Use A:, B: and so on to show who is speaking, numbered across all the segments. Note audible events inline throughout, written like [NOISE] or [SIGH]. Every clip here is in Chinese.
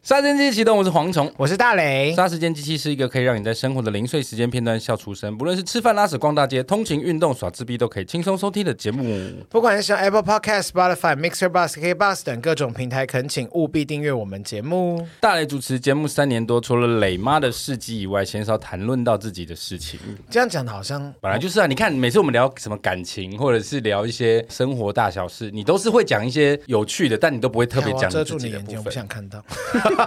A: 杀时间机器启动，我是蝗虫。
B: 我是大雷，
A: 杀时间机器是一个可以让你在生活的零碎时间片段笑出声，不论是吃饭、拉屎、逛大街、通勤、运动、耍自闭，都可以轻松收听的节目。
B: 不管是使用 Apple Podcast、Spotify、Mixer、Bus、K Bus 等各种平台，恳请务必订阅我们节目。
A: 大雷主持节目三年多，除了磊妈的事迹以外，鲜少谈论到自己的事情。
B: 这样讲的好像
A: 本来就是啊，你看每次我们聊什么感情，或者是聊一些生活大小事，你都是会讲一些有趣的，但你都不会特别
B: 哎我
A: 讲
B: 要啊遮
A: 你
B: 住
A: 自
B: 你
A: 己的
B: 眼睛，
A: 部
B: 我不
A: 分。
B: 想看到。
A: [LAUGHS]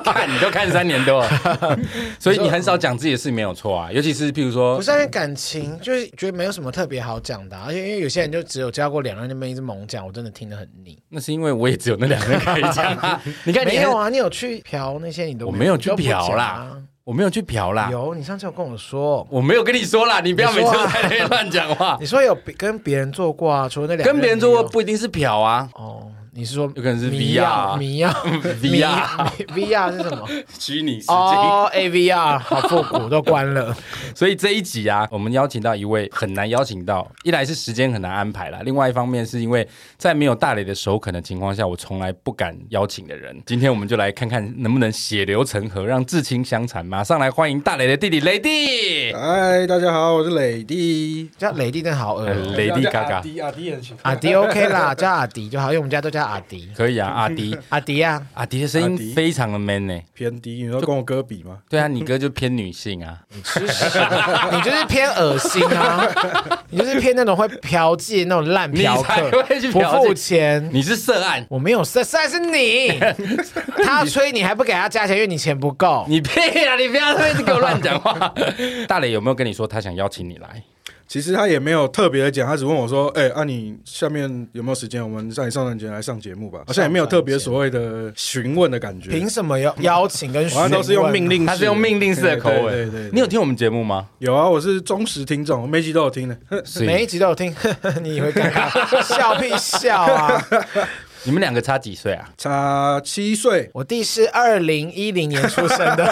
A: 看你都看三年多
B: [LAUGHS]
A: 了，所以你很少讲自己的事，没有错啊。尤其是譬如说
B: 不，是因为感情，就是觉得没有什么特别好讲的啊、而且因为有些人就只有交过两任，那边一直猛讲，我真的听得很腻。
A: 那是因为我也只有那两个可以讲啊。你看，你
B: 没
A: 还
B: 有 [LAUGHS] 啊？你有去嫖那些？你都
A: 我没有去
B: 都不讲
A: 嫖啦啊
B: 啊，
A: 我没有去嫖啦，
B: 有，你上次有跟我说，
A: 我没有跟你说啦，你不要每
B: 你
A: 次
B: 说
A: 都
B: 啊
A: 在那边乱讲
B: [LAUGHS]
A: 话
B: 你。说有别跟别人做过啊？除了那两任
A: 跟别人做过
B: 你有
A: 不一定是嫖啊
B: 哦，你是说
A: 有可能是
B: 迷药
A: VR
B: 迷啊
A: [LAUGHS]
B: 药 [LAUGHS]
A: VR
B: V R 啊是什么？
A: [LAUGHS] 虚拟世界。
B: 哦，A V [LAUGHS] R 好复古，都关了。
A: 所以这一集啊，我们邀请到一位很难邀请到，一来是时间很难安排啦，另外一方面是因为在没有大磊的首肯的情况下，我从来不敢邀请的人。今天我们就来看看能不能血流成河，让至亲相残。马上来欢迎大磊的弟弟雷弟。
C: 嗨，大家好，我是磊弟。
B: [LAUGHS] 叫雷弟真的好恶哦、
A: 雷弟
C: 叫
A: 嘎嘎
C: 阿迪阿迪很喜欢。
B: 阿迪 OK 啦， [LAUGHS] 叫阿迪就好，因为我们家都叫阿迪。
A: 可以啊，阿迪，
B: 阿迪啊，
A: 阿迪的声
C: 阿
A: 音
C: 迪
A: 非常的 man 呢、
C: 偏低，你说跟我哥比吗？
A: 对啊，你哥就偏女性啊，
B: 你就是偏恶心啊，你就是偏那种会嫖妓那种烂嫖
A: 你才
B: 客
A: 会去，
B: 不
A: 嫖妓
B: 付钱。
A: 你是涉案，
B: 我没有色，色是你，他催你还不给他加钱，因为你钱不够。
A: [LAUGHS] 你屁啊！你不要在这边给我乱讲 [LAUGHS] 话。大磊有没有跟你说他想邀请你来？
C: 其实他也没有特别的讲，他只问我说：“哎、啊，你下面有没有时间？我们让你上段节来上节目吧。”好像也没有特别所谓的询问的感觉，
B: 凭什么要邀请跟询
C: 好像
B: 问？啊
C: 都是用命令式，
A: 他是用命令式的口吻。
C: 对对对对
A: 你有听我们节目吗？
C: 有啊，我是忠实听众，我每集都有听的。？
A: 所
B: 每一
A: 以
B: 集都有听， [LAUGHS] 你也会尴尬， [LAUGHS] 笑屁笑啊！
A: [LAUGHS] 你们两个差几岁啊
C: 差七岁，
B: 我弟是二零一零年出生的，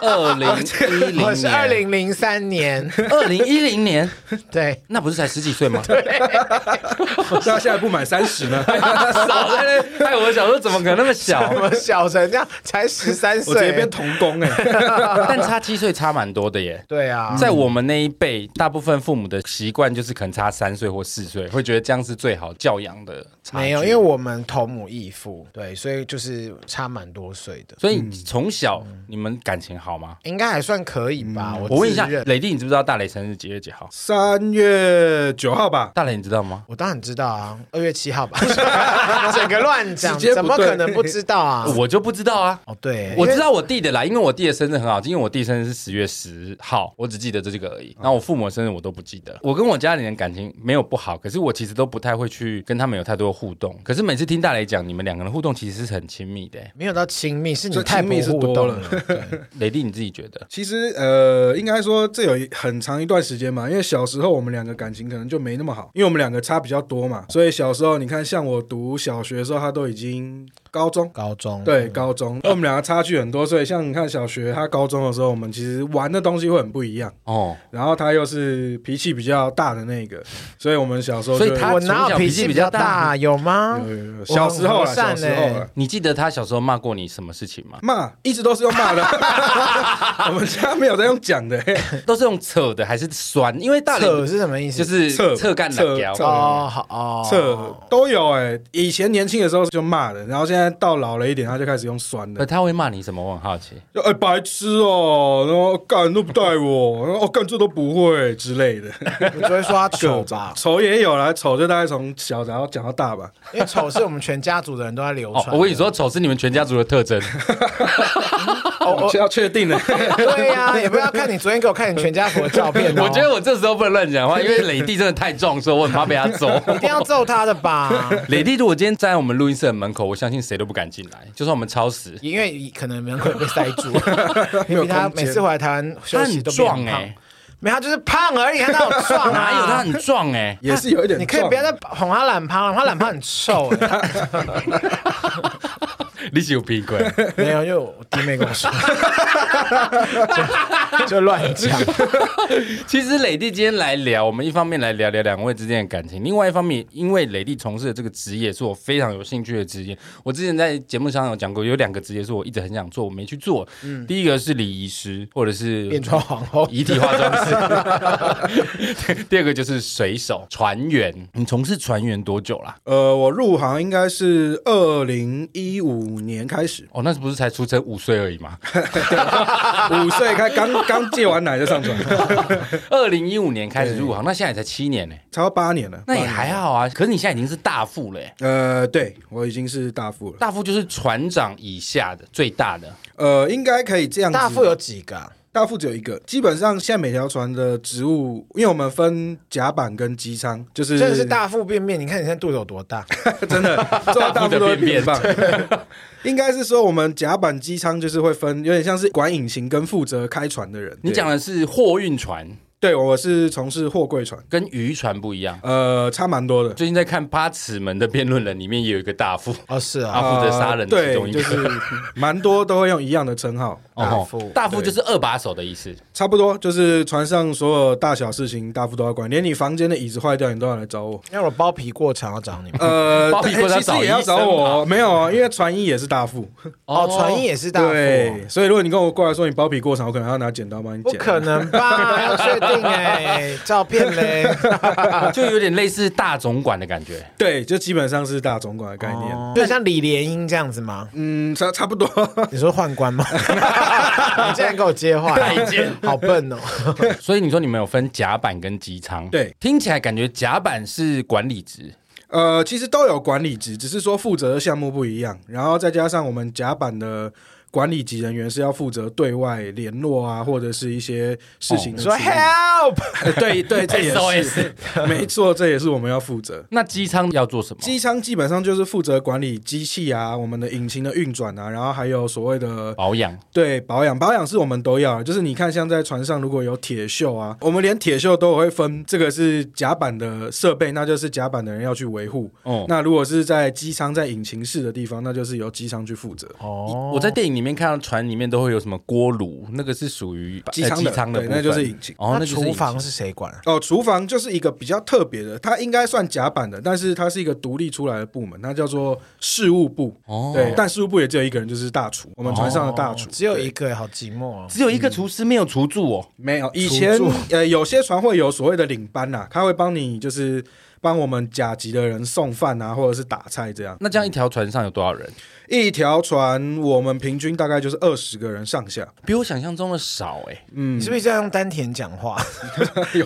A: 二零一零年，
B: 我是二零零三
C: [LAUGHS]
B: 年，
A: 二零一零年，
B: 对，
A: 那不是才十几岁吗？
C: 那他现在不满三十 [LAUGHS] 呢？
A: 少在那 [LAUGHS] 边，哎，我想说怎么可能那么小？
B: 我小成这样，才十三
C: 我直接
B: 岁
C: 变，童工哎、
A: 但差七岁差蛮多的耶。
B: 对
C: 嗯
B: 啊，
A: 在我们那一辈，大部分父母的习惯就是可能差三岁或四岁，会觉得这样是最好教养的差距。
B: 没有，因为我们同母异父，对，所以就是差蛮多岁的，
A: 所以从小你们感情好吗？
B: 应该还算可以吧？
C: 嗯
B: 嗯我
A: 我问一下
B: 自认，
A: 磊弟，你知不知道大磊生日几月几号？
C: 三月九号吧，
A: 大磊，你知道吗？
B: 我当然知道啊，二月七号
C: [LAUGHS]
B: 吧，整个乱讲，
C: 直接不对
B: 怎么可能不知道啊？
A: 我就不知道啊。
B: 哦，对，
A: 我知道我弟的啦，因为我弟的生日很好记，因为我弟生日是十月十号，我只记得这个
B: 嗯
A: 而已。然后我父母的生日我都不记得。我跟我家里人感情没有不好，可是我其实都不太会去跟他们有太多的互动。可是每次听大雷讲，你们两个人互动其实是很亲密的、欸。
B: 没有到亲密，是你
C: 这
B: 太
C: 亲
B: 不
C: 密是
B: 互
C: 多
B: 动
C: 了。 [LAUGHS]
A: 雷弟你自己觉得？
C: 其实呃，应该说这有一很长一段时间嘛，因为小时候我们两个感情可能就没那么好，因为我们两个差比较多嘛，所以小时候你看，像我读小学的时候，他都已经高中。
B: 高中
C: 对，高中，而我们两个差距很多，所以像你看小学，他高中的时候，我们其实玩的东西会很不一样。
A: 哦，
C: 然后他又是脾气比较大的那个，所以我们小时候就
A: 所以他
B: 我哪有脾气比较大？有吗？
C: 有有有小时候
B: 我
C: 啦，
B: 很和
C: 小
B: 善
C: 时候啊
B: 欸
C: 啦，
A: 你记得他小时候骂过你什么事情吗？
C: 骂一直都是用骂的， [LAUGHS] 我们家没有在用讲的、欸。
A: 都是用扯的还是酸？因为大雷
B: 扯是什么意思？
A: 就是
C: 侧
A: 侧干
C: 侧
A: 辣椒。
C: 侧
B: 哦，好哦，
C: 这都有哎、以前年轻的时候就骂的，然后现在到老了一点，他就开始用酸
B: 呃
A: 不，
C: 的，
A: 他会骂你什么？我很好奇。
C: 就哎、白痴哦、然后干都不带我，然后哦干这都不会之类的，
B: 我只会说他丑
C: 各
B: 吧
C: 种， [LAUGHS] 丑也有啦，丑就大概从小然后讲到大吧，
B: [LAUGHS] 因为丑是我们全家族的人都在流
A: 哦，
B: 传。
A: 我跟你，说，丑是你们全家族的特
B: [LAUGHS]
A: 征。
C: 哦，要确定的，
B: 对呀，也不要看你昨天给我看你全家福的照片哦，
A: 我觉得我这时候不能乱讲
B: [LAUGHS]
A: 话，因为磊弟真的太壮，所以我很怕被他揍。 [LAUGHS]
B: 一定要揍他的吧，
A: 磊弟，如果今天站在我们录音室的门口，我相信谁都不敢进来，就算我们超时。
B: 因为可能门口被塞 [LAUGHS] 住，
C: 没
B: 因
C: 有
B: 为他
C: 空
B: 每
C: 间
B: 次回来台湾
A: 他
B: 休息
A: 很
B: 都变
A: 壮
B: 胖
A: 哎、，
B: 没有他就是胖而已，他哪有壮啊？
A: 哪有他很壮哎、
B: [LAUGHS]
C: 也是有一点
B: 你
C: 壮。
B: 可以不要再捧他懒趴了，他懒趴很臭欸。
A: 你是有屁鬼？
B: [LAUGHS] 没有，因为我弟妹跟我说， [LAUGHS] 就就乱讲。
A: 其实磊弟今天来聊，我们一方面来聊聊两位之间的感情，另外一方面，因为磊弟从事的这个职业是我非常有兴趣的职业。我之前在节目上有讲过，有两个职业是我一直很想做，我没去做。第一个是礼仪师，或者是
B: 变
A: [LAUGHS]
B: 装皇后， [LAUGHS]
A: 遗体化妆师。 [LAUGHS] 第二个就是水手、船员。你从事船员多久啦？，
C: 呃，我入行应该是二零一五年开始
B: [LAUGHS]
A: 哦，那不是才出生五岁而已吗？
C: 五岁开刚刚戒完奶就
B: [LAUGHS]
C: 上船，
A: 二零一五年开始入行，那现在也才七年呢、
C: 超过八年了。
A: 那也还好啊。可是你现在已经是大副了、欸，
C: 呃，对我已经是大副了。
A: 大副就是船长以下的最大的。
C: 呃，应该可以这样子。
B: 大副有几个啊？
C: 大副只有一个，基本上现在每条船的职务，因为我们分甲板跟机舱，就是
B: 真的是大腹便便，你看你现在肚子有多
A: [LAUGHS]
B: 大？
C: [LAUGHS] 真的做到大
A: 大
C: 部
A: 部
C: 都
A: 的
C: 会变
A: 便便
C: 棒。 [LAUGHS] 应该是说，我们甲板机舱就是会分，有点像是管引擎跟负责开船的人。
A: 你
C: 对
A: 讲的是货运船，
C: 对，我是从事货柜船，
A: 跟渔船不一样。
C: 呃，差蛮多的。
A: 最近在看《八尺门的辩论人》，里面也有一个大副，
B: 哦，是啊，
A: 他负责杀人的其中
C: 对，
A: 一
C: 就
A: 个。 [LAUGHS] 哦
C: 是蛮多都会用一样的称号，
B: 大副
A: 大副就是二把手的意思。
C: 差不多就是船上所有大小事情，大副都要管，连你房间的椅子坏掉，你都要来找我。
B: 要我包皮过长要找你
A: [LAUGHS]
B: 们。
C: 呃，
A: 包庇过
C: 但
A: 他
C: 其实
A: 找
C: 也要
A: 医生
C: 找我，没有啊，因为船医也是大副，
B: 哦，传艺也是
A: 啊
B: 大
C: 对，
B: 腹，
C: 所以如果你跟我过来说你包皮过长，我可能还要拿剪刀帮你
B: 不
C: 剪。
B: 可能
A: [LAUGHS]
B: 吧？要确定哎，照片嘞，
A: 啊就有点类似大总管的感觉。
C: 对，就基本上是大总管的概念。
A: 哦
B: 就像李莲英这样子吗？
C: 嗯，差差不多。
B: 你说宦
A: [LAUGHS]
B: 官吗？你竟然给我接话，
A: 再见，
B: 好笨哦！
A: 所以你说你们有分甲板跟机舱？
C: 对，
A: 听起来感觉甲板是管理职，
C: 呃，其实都有管理职，只是说负责的项目不一样，然后再加上我们甲板的。管理级人员是要负责对外联络啊，或者是一些事
A: 哦
B: 你
C: 情
A: 嗯
C: 的
B: 说
C: 处理。
A: 啊
B: help，
C: 呃 [LAUGHS] 对对，这
A: [LAUGHS]
C: 也
A: SOS
C: 是，没错，这也是我们要负责。
A: 那机舱要做什么？
C: 机舱基本上就是负责管理机器啊，我们的引擎的运转啊，然后还有所谓的
A: 保养。
C: 对保养，保养是我们都要的。啊就是你看，像在船上如果有铁锈啊， [LAUGHS] 我们连铁锈都会分，这个是甲板的设备，那就是甲板的人要去维护。
A: 哦，
C: 那如果是在机舱、在引擎室的地方，那就是由机舱去负责。
B: 哦
A: 我在电影里面看到船里面都会有什么锅炉，那个是属于
C: 机
A: 呃
C: 舱的
A: 机舱的部
C: 对，
A: 分，
C: 那就是引擎。
A: 哦，那
B: 那
A: 就是
B: 厨
A: 引
B: 房
A: 擎。
B: 是谁管啊？
C: 哦，厨房就是一个比较特别的，它应该算甲板的，但是它是一个独立出来的部门，它叫做事务部。
A: 哦
C: 对，但事务部也只有一个人，就是大厨，我们船上的大厨。
B: 只有一个，好寂寞哦。
A: 只有一
C: 嗯
A: 个厨师没有厨助哦，
C: 没有，以前
B: 助
C: 呃有些船会有所谓的领班啦、他会帮你就是帮我们甲级的人送饭啊，或者是打菜这样。
A: 那这样一条船上有多少人？
C: 一条船我们平均大概就是二十个人上下。
A: 比我想象中的少哎、
B: 你是不是在用丹田讲
A: [LAUGHS]
B: 话？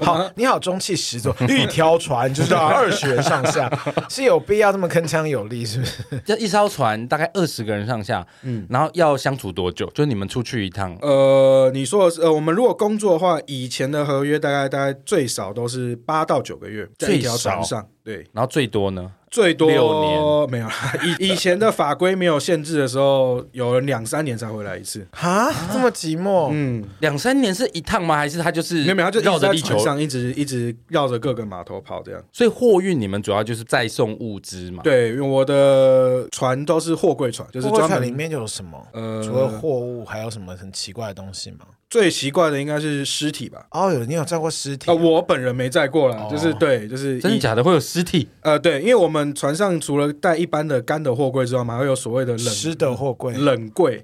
B: 好，你好，中气十足，一条船就是到二十人上
A: [LAUGHS]
B: 下，是有必要这么铿锵有力，是不是？
A: 这一艘船大概二十个人上下，嗯，然后要相处多久？就你们出去一趟，
C: 呃，你说的是呃，我们如果工作的话，以前的合约大概大概最少都是八到九个月，在一条船
A: 最
C: 上。对，
A: 然后最多呢？
C: 最多
A: 六
C: 没有啦，
A: [LAUGHS]
C: 以以前的法规没有限制的时候，有人两三年才回来一次。
B: 啊，这么寂寞，
C: 嗯，
A: 两三年是一趟吗？还是他就是
C: 没有没有，他就一
A: 绕
C: 直
A: 着
C: 在
A: 地球
C: 船？上一直一直绕着各个码头跑这样。
A: 所以货运你们主要就是载送物资嘛？，
C: 对，因为我的船都是货柜船，就是
B: 不过
C: 专
B: 船里
C: 门
B: 面有什么？
C: 呃，
B: 除了货物，还有什么很奇怪的东西吗？
C: 最奇怪的应该是尸体吧。
B: 哦，有，你有载过尸体
C: 呃，？我本人没载过啦，
B: 哦
C: 就是对，就是
A: 真的
C: 一
A: 假的？会有尸体？
C: 呃，对，因为我们船上除了带一般的干的货柜之外，我们还会有所谓的冷
B: 湿的货柜，
C: 冷柜，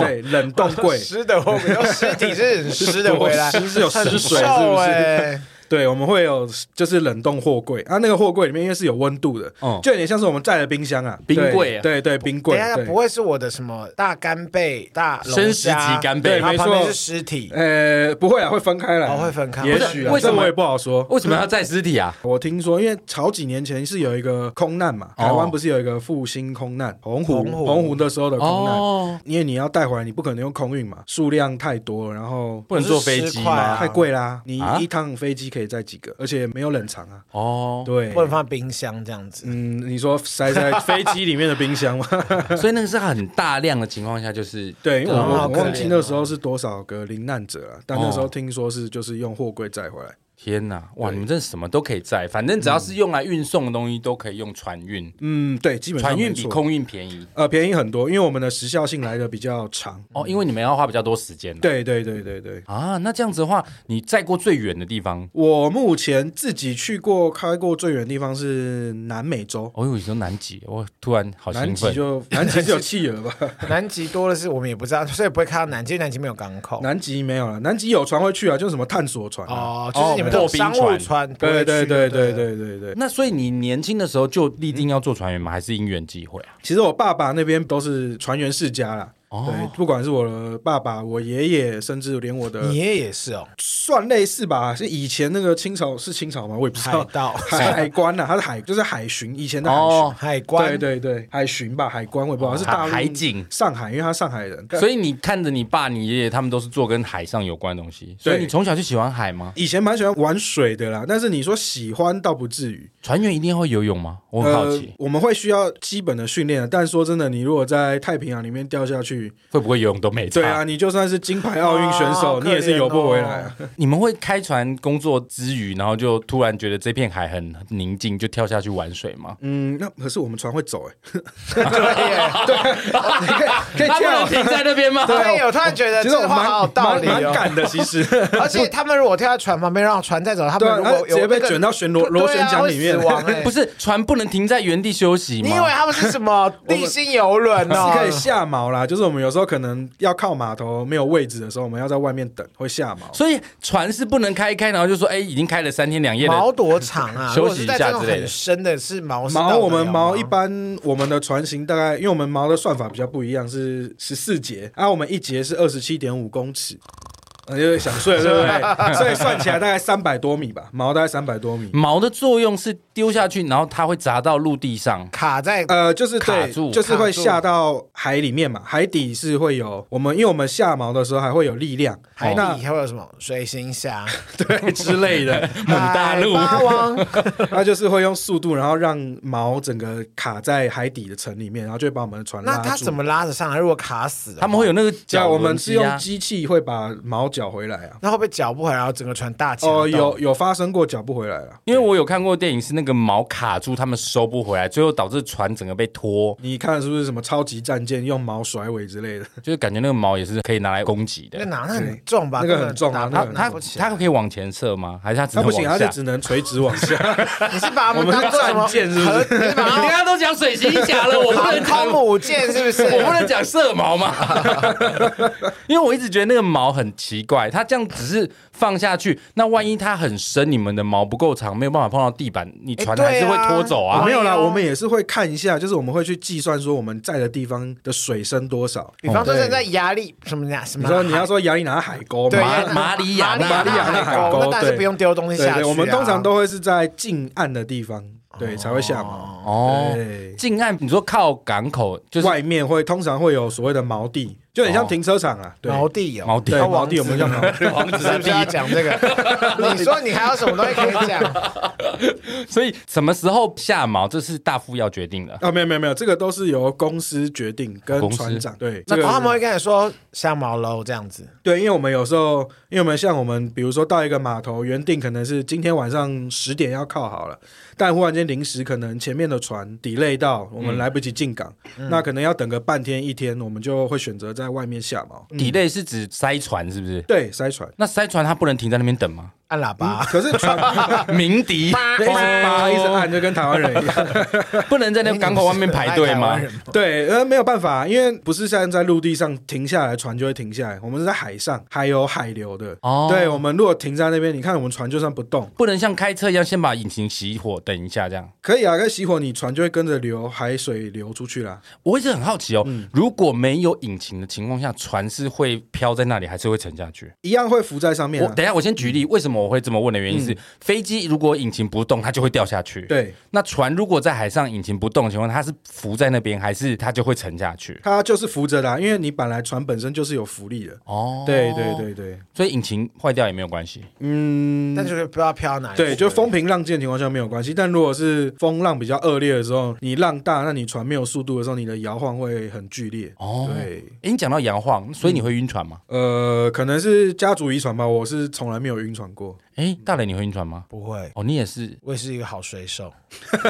C: 对，冷冻柜，
B: 湿的货柜，然后哦尸体是很湿
C: [LAUGHS]
B: 的回来，
C: 湿是有
B: 很
C: 湿水是
B: 臭
C: 不是？ [LAUGHS]
B: 欸
C: 对，我们会有就是冷冻货柜啊，那个货柜里面因为是有温度的，
A: 哦
C: 就有点像是我们载的冰箱啊，
A: 冰
C: 对
A: 柜啊
C: 对对，冰
B: 等
C: 柜
B: 一，下，
C: 对
B: 不会是我的什么大干贝、大龙虾
A: 生食级干贝
B: 然后
C: 对没错
B: 旁边是尸体。
C: 呃，不会啊，会分开来，
B: 哦会分开
C: 也许
A: 不
C: 啊
A: 是为什
C: 这
A: 么
C: 我也不好说。
A: 为什么要载尸体啊？
C: 我听说，因为好几年前是有一个空难嘛，
A: 哦
C: 台湾不是有一个复兴空难，澎湖
B: 澎湖
C: 澎湖的时候的空难，
A: 哦，
C: 因为你要带回来，你不可能用空运嘛，数量太多了，然后
A: 不能坐飞机吗？
B: 啊
C: 太贵啦，你
A: 啊
C: 一趟飞机可以载几个，而且没有冷藏啊，
A: 哦，
C: 对
B: 不。能放冰箱这样子。
C: [LAUGHS] 嗯，你说塞在飞机里面的冰箱吗？
A: 所以那个是很大量的情况下，就是
C: 对，因为我
B: 哦
C: 我
B: 好
C: 我
B: 可怜
C: 忘记那时候是多少个罹难者啊，但那时候听说是就是用货柜载回来。
A: 天哪，哇！
C: 对
A: 你们真的什么都可以载，反正只要是用来运送的东西都可以用船运，
C: 嗯，对，基本上
A: 船运
C: 没
A: 比
C: 错
A: 空运便宜
C: 呃便宜很多，因为我们的时效性来的比较长。
A: 哦，因为你们要花比较多时间啊。
C: 对对对对对，
A: 啊，那这样子的话，你载过最远的地方？
C: 我目前自己去过开过最远的地方是南美洲，
A: 哦呦，你说南极，我突然好
C: 南
A: 兴
C: 极
A: 奋。
C: 就南极就有企鹅吧，
B: 南极多的是我们也不知道，所以不会看到南极，因为南极没有港口。
C: 南极没有了，南极有船会去啊，就是什么探索船啊。
B: 哦，就是你们这
A: 哦
B: 种
A: 破冰
B: 商务船，不
C: 对
B: 会
C: 对
B: 去
C: 对
B: 的
C: 对。对对对，
A: 那所以你年轻的时候就立定要做船员吗？还是因缘际会啊？
C: 其实我爸爸那边都是船员世家啦，对，
A: 哦，
C: 不管是我的爸爸、我爷爷，甚至连我的
B: 你爷也是哦，
C: 算类似吧，是以前那个清朝是清朝吗？我也不知
B: 海
C: 道，
B: 盗、
C: [LAUGHS] 海海关呐、啊，他是海就是海巡，以前的海巡。
A: 哦，
B: 海关
C: 对， [LAUGHS] 对对，海巡吧，海关我也不知道，是大
A: 海
C: 陆
A: 海景。
C: 上海，因为他上海人，
A: 所以你看着你爸、你爷爷他们都是做跟海上有关的东西，所以你从小就喜欢海吗？
C: 以前蛮喜欢玩水的啦，但是你说喜欢倒不至于。
A: 船员一定要会游泳吗？我很好奇
C: 呃，，我们会需要基本的训练，啊但说真的，你如果在太平洋里面掉下去，
A: 会不会游泳都没差。
C: 对啊，，你就算是金牌奥运选
B: 啊
C: 手，
B: 好可
C: 你也是游不回来、
B: 怜
C: 啊。
A: 你们会开船工作之余，然后就突然觉得这片海很宁静，就跳下去玩水吗？
C: 嗯，那可是我们船会走哎、
B: 对，
C: 你可以可以
A: 他不能
C: 跳。
A: 停在那边吗？
B: 对，有突然觉得
C: 其实我
B: 呃这话
C: 蛮
B: 好有道
C: 蛮
B: 理
C: 蛮
B: 哦。
C: 敢的，
B: [LAUGHS]
C: 其实
B: 而且他们如果跳在船旁边，让船带走，他
C: 对
B: 们
C: 啊，
B: 如
C: 然后
B: 果
C: 啊直
B: 有
C: 接被
B: 那个
C: 卷到旋螺螺旋桨里面
B: 对啊会死，亡
C: [LAUGHS]
B: 欸
A: 不是船不能停在原地休息吗？
B: 你以为他们是什么地心游轮
C: 是
B: 哦？
C: 可以下锚啦。就是我们有时候可能要靠码头没有位置的时候，我们要在外面等，会下锚。
A: 所以船是不能开一开，然后就说，哎、已经开了三天两夜了。
B: 毛多长啊？
A: [LAUGHS] 休息一下
B: 如果是在这种
A: 之类的
B: 很深的是毛是到
C: 锚
B: 得
C: 我们
B: 了
C: 锚
B: 吗
C: 一般我们的船型大概，因为我们锚的算法比较不一样，是十四节，啊，我们一节是二十七点五公尺。呃，因为想睡 [LAUGHS] 了，对不对？所以算起来大概三百多米吧，锚大概三百多米。
A: 锚的作用是丢下去，然后它会砸到陆地上。
B: 卡在
C: 呃，就是
A: 卡
C: 对，
A: 住
C: 就是会
B: 卡住
C: 下到海里面嘛，海底是会有我们，因为我们下锚的时候还会有力量，
B: 海
C: 那
B: 底还会有什么水行
A: [LAUGHS]
B: 侠、
C: 对之类 [LAUGHS] 的，
A: 猛大陆
B: 海霸
C: [LAUGHS]
B: 王？
C: 它就是会用速度，然后让锚整个卡在海底的层里面，然后就会把我们的船拉
B: 那
C: 住。
B: 他怎么拉得上来？如果卡死了，
A: 他们会有那个
C: 对啊
A: 脚
C: 我
A: 轮
C: 们是
A: 机
C: 用
A: 啊，
C: 机器会把锚绞回来啊。
B: 那会不会搅不回来，然后整个船大起来？
C: 哦，有有发生过绞不回来了。
A: 因为我有看过电影，是那个锚卡住，他们收不回来，最后导致船整个被
C: [LAUGHS]
A: 拖，
C: 你看的是不是什么超级战舰用锚甩尾之类的？
A: 就是感觉那个锚也是可以拿来攻击
B: 那
A: 的。
B: 拿那很重吧？
C: 对嗯那个
B: 根本
C: 很重啊
B: 打
A: 它
B: 不
A: 它
B: 拿不起来
A: 它可以往前射吗？还是它只
C: 它
A: 能
C: 不
A: 往
C: 行，它就
A: 下？
C: 只能垂直往
A: [LAUGHS]
C: 下。哦
B: 你是把我们当做什么
C: 我们是战舰是不是
B: 核？你是把
A: 你 [LAUGHS]
B: 我
A: 刚
B: 们
A: 刚都讲水行侠了，我不能
B: 航
A: 讲
B: 空母舰是不是？
A: 我不能讲色毛嘛，因为我一直觉得那个毛很奇怪，它这样只是放下去，那万一它很深，你们的毛不够长，没有办法碰到地板，你船
B: 哎
A: 还
B: 对
A: 是会
B: 啊
A: 拖走啊。
B: 哎呦
C: 没有啦，我们也是会看一下，就是我们会去计算说我们在的地方的水深多少。
B: 比方说
C: 对
B: 现在压力什么呀什
C: 你
B: 么？啊
C: 说你要说亚利拿海沟
B: 对
C: 嘛？
A: 马马里亚纳
B: 马里亚
C: 马里亚纳海
B: 海
C: 沟
B: 沟，那但是
C: 对
B: 不用丢东西
C: 对
B: 下去
C: 对，
B: 啊。
C: 我们通常都会是在近岸的地方，对才会下锚。
B: 哦
A: 哦，
C: 对，
A: 近岸你说靠港口就是
C: 外面会通常会有所谓的锚地，就很像
A: 哦
C: 停车场啊。对，
B: 锚地有
A: 锚地
C: 对
B: 那
C: 锚
B: 王
C: 地我们
B: 子
C: 叫 [LAUGHS] 锚地。
A: 王
B: 是不是要讲这个？ [LAUGHS] 你说你还有什么东西可以讲？
C: [LAUGHS]
A: 所以什么时候下锚，这是大副要决定的。
C: 啊，没有没有没有，这个都是由公司决定跟
A: 公司
C: 船长对。
B: 那
C: 这个
B: 他们会跟你说下毛喽这样子，
C: 对，因为我们有时候，因为我们像我们，比如说到一个码头，原定可能是今天晚上十点要靠好了，但忽然间临时可能前面的船 delay 到，我们来不及进港，那可能要等个半天一天，我们就会选择在外面下锚。
A: 底类是指塞船是不是？
C: 对，塞船。
A: 那塞船它不能停在那边等吗？
B: 按喇叭。哎
C: 可是船
A: 鸣笛
C: 一直
A: 哦
C: 扒一直按，就跟台湾人一样。
A: 不能在那个港口外面排队吗？
C: 对，呃，没有办法，因为不是现在在陆地上停下来，船就会停下来，我们是在海上，还有海流的。
A: 哦
C: 对，我们如果停在那边，你看我们船就算不动，
A: 不能像开车一样先把引擎熄火，等一下这样。
C: 可以啊，跟熄火，你船就会跟着流海水流出去啦。
A: 我一直很好奇哦，
C: 嗯
A: 如果没有引擎的情况下，船是会飘在那里，还是会沉下去？
C: 一样会浮在上面、
A: 我
C: 啊。嗯
A: 等一下，我先举例，为什么我会这么问的原因是，飞机如果引擎不动，它就会掉下去。，
C: 对，
A: 那船如果在海上引擎不动的情况下，它是浮在那边，还是它就会沉下去？
C: 它就是浮着的啊、因为你本来船本身就是有浮力的。
A: 哦，
C: 对对，对对，
A: 所以引擎坏掉也没有关系。
C: 嗯，
B: 但就是不知道飘哪里去。
C: 对，就风平浪静的情况下没有关系，但如果是风浪比较恶劣的时候，你浪大，那你船没有速度的时候，你的摇晃会很剧烈。
A: 哦
C: 对，
A: 诶，你讲到摇晃，所以你会晕船吗？
C: 呃，可能是家族遗传吧，我是从来没有晕船过。
A: 哎，大磊，你会晕船吗？
B: 不会，
A: 哦，你也是， [LAUGHS]
B: 我也是一个好水手，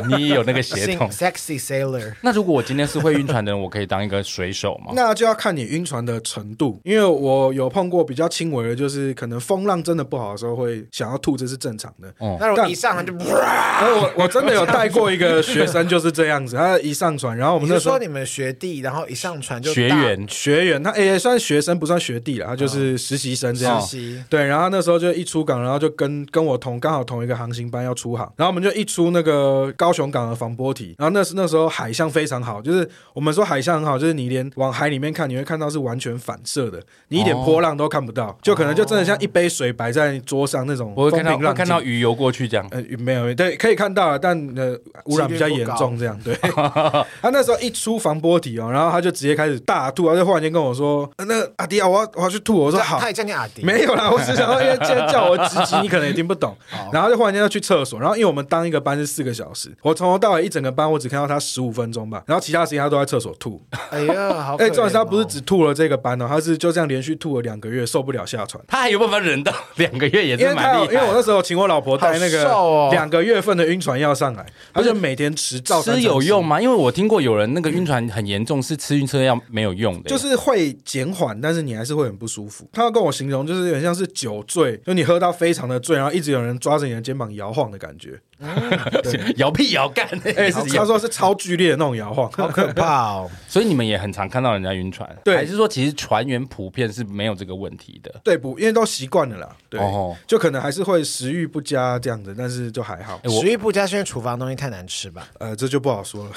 A: 你也有那个血
B: 性
C: [LAUGHS]
A: 统。
B: sexy sailor。
C: 哦
A: 那如果我今天是会晕船的人，我可以当一个水手吗？
C: [LAUGHS] 那就要看你晕船的程度，因为我有碰过比较轻微的，就是可能风浪真的不好的时候会想要吐，这是正常的。
B: 那如果一上来就， [LAUGHS]
C: 然后我我真的有带过一个学生就是这样子， [LAUGHS] 他一上船，然后我
B: 你
C: 们那
B: 是
C: 时候
B: 说你们学弟，然后一上船就
A: 学
B: 大
C: [LAUGHS]
A: 员
C: 学员，他也、算学生不算学弟了，他就是实习生这样。
B: 实习，
C: 对，然后那时候就一出港，然后就跟跟我同刚好同一个航行班要出航，然后我们就一出那个高雄港的防波堤，然后那时那时候海象非常好，就是我们说海象很好，就是你连往海里面看，你会看到是完全反射的，你一点
A: 哦
C: 波浪都看不到，就可能就真的像一杯水摆在桌上那种
A: 我会
C: 风
A: 看到
C: 平
A: 我
C: 浪
A: 看
C: 静
A: 到。鱼游过去这样。
C: 呃，没有，对，可以看到了，但呃，污染比较严重，这样
A: [LAUGHS]
C: 对。他那时候一出防波堤哦，然后他就直接开始大吐，他就忽然间跟我说：“呃、那个阿迪啊，我要我要去吐。”我说：“好。”
B: 他也叫你阿迪，
C: 没有啦，我只想说，因为今天叫我直
A: [LAUGHS]
C: 击，你可能也听不懂。然后就忽然间要去厕所，然后因为我们当一个班是四个小时，我从头到尾一整个班，我只看到他十五分钟吧，然后其他时间他都在厕所吐。
B: 哎呀，好可
C: 哎，
B: 怜哦。
C: 重点是他不是只吐了这个班哦，他是就这样连续吐了两个月，受不了下船。
A: 他还有办法忍到两个月，也
C: 因
A: 是
C: 为
A: 蛮
C: 他有，
A: 厉
C: 因为我
A: 害。
C: 那时候请我老婆带那
B: 好瘦哦
C: 个两个月份的晕船药上来，他就每天吃，照三
A: 吃
C: 餐
A: 有
C: 吃
A: 用吗？因为我听过有人那个晕船很严重，是吃晕车药没有用的耶，
C: 就是会减缓，但是你还是会很不舒服。他要跟我形容，就是有点像是酒醉，就你喝到非常的醉，然后一直有人抓着你的肩膀摇晃的感觉。
A: [LAUGHS] 摇屁摇干。
C: 哎、
A: 自己
C: 是他说是超剧烈的那种摇晃。
B: 好可怕 [LAUGHS] 哦。
A: 所以你们也很常看到人家晕船，
C: 对
A: 还是说其实船员普遍是没有这个问题
C: [LAUGHS]
A: 的？
C: 对不？因为都习惯了啦，对，
A: 哦
C: 就可能还是会食欲不佳这样子，但是就还好。
A: 哎我
B: 食欲不佳是因为厨房东西太难吃吧？
C: 呃，这就不好说了。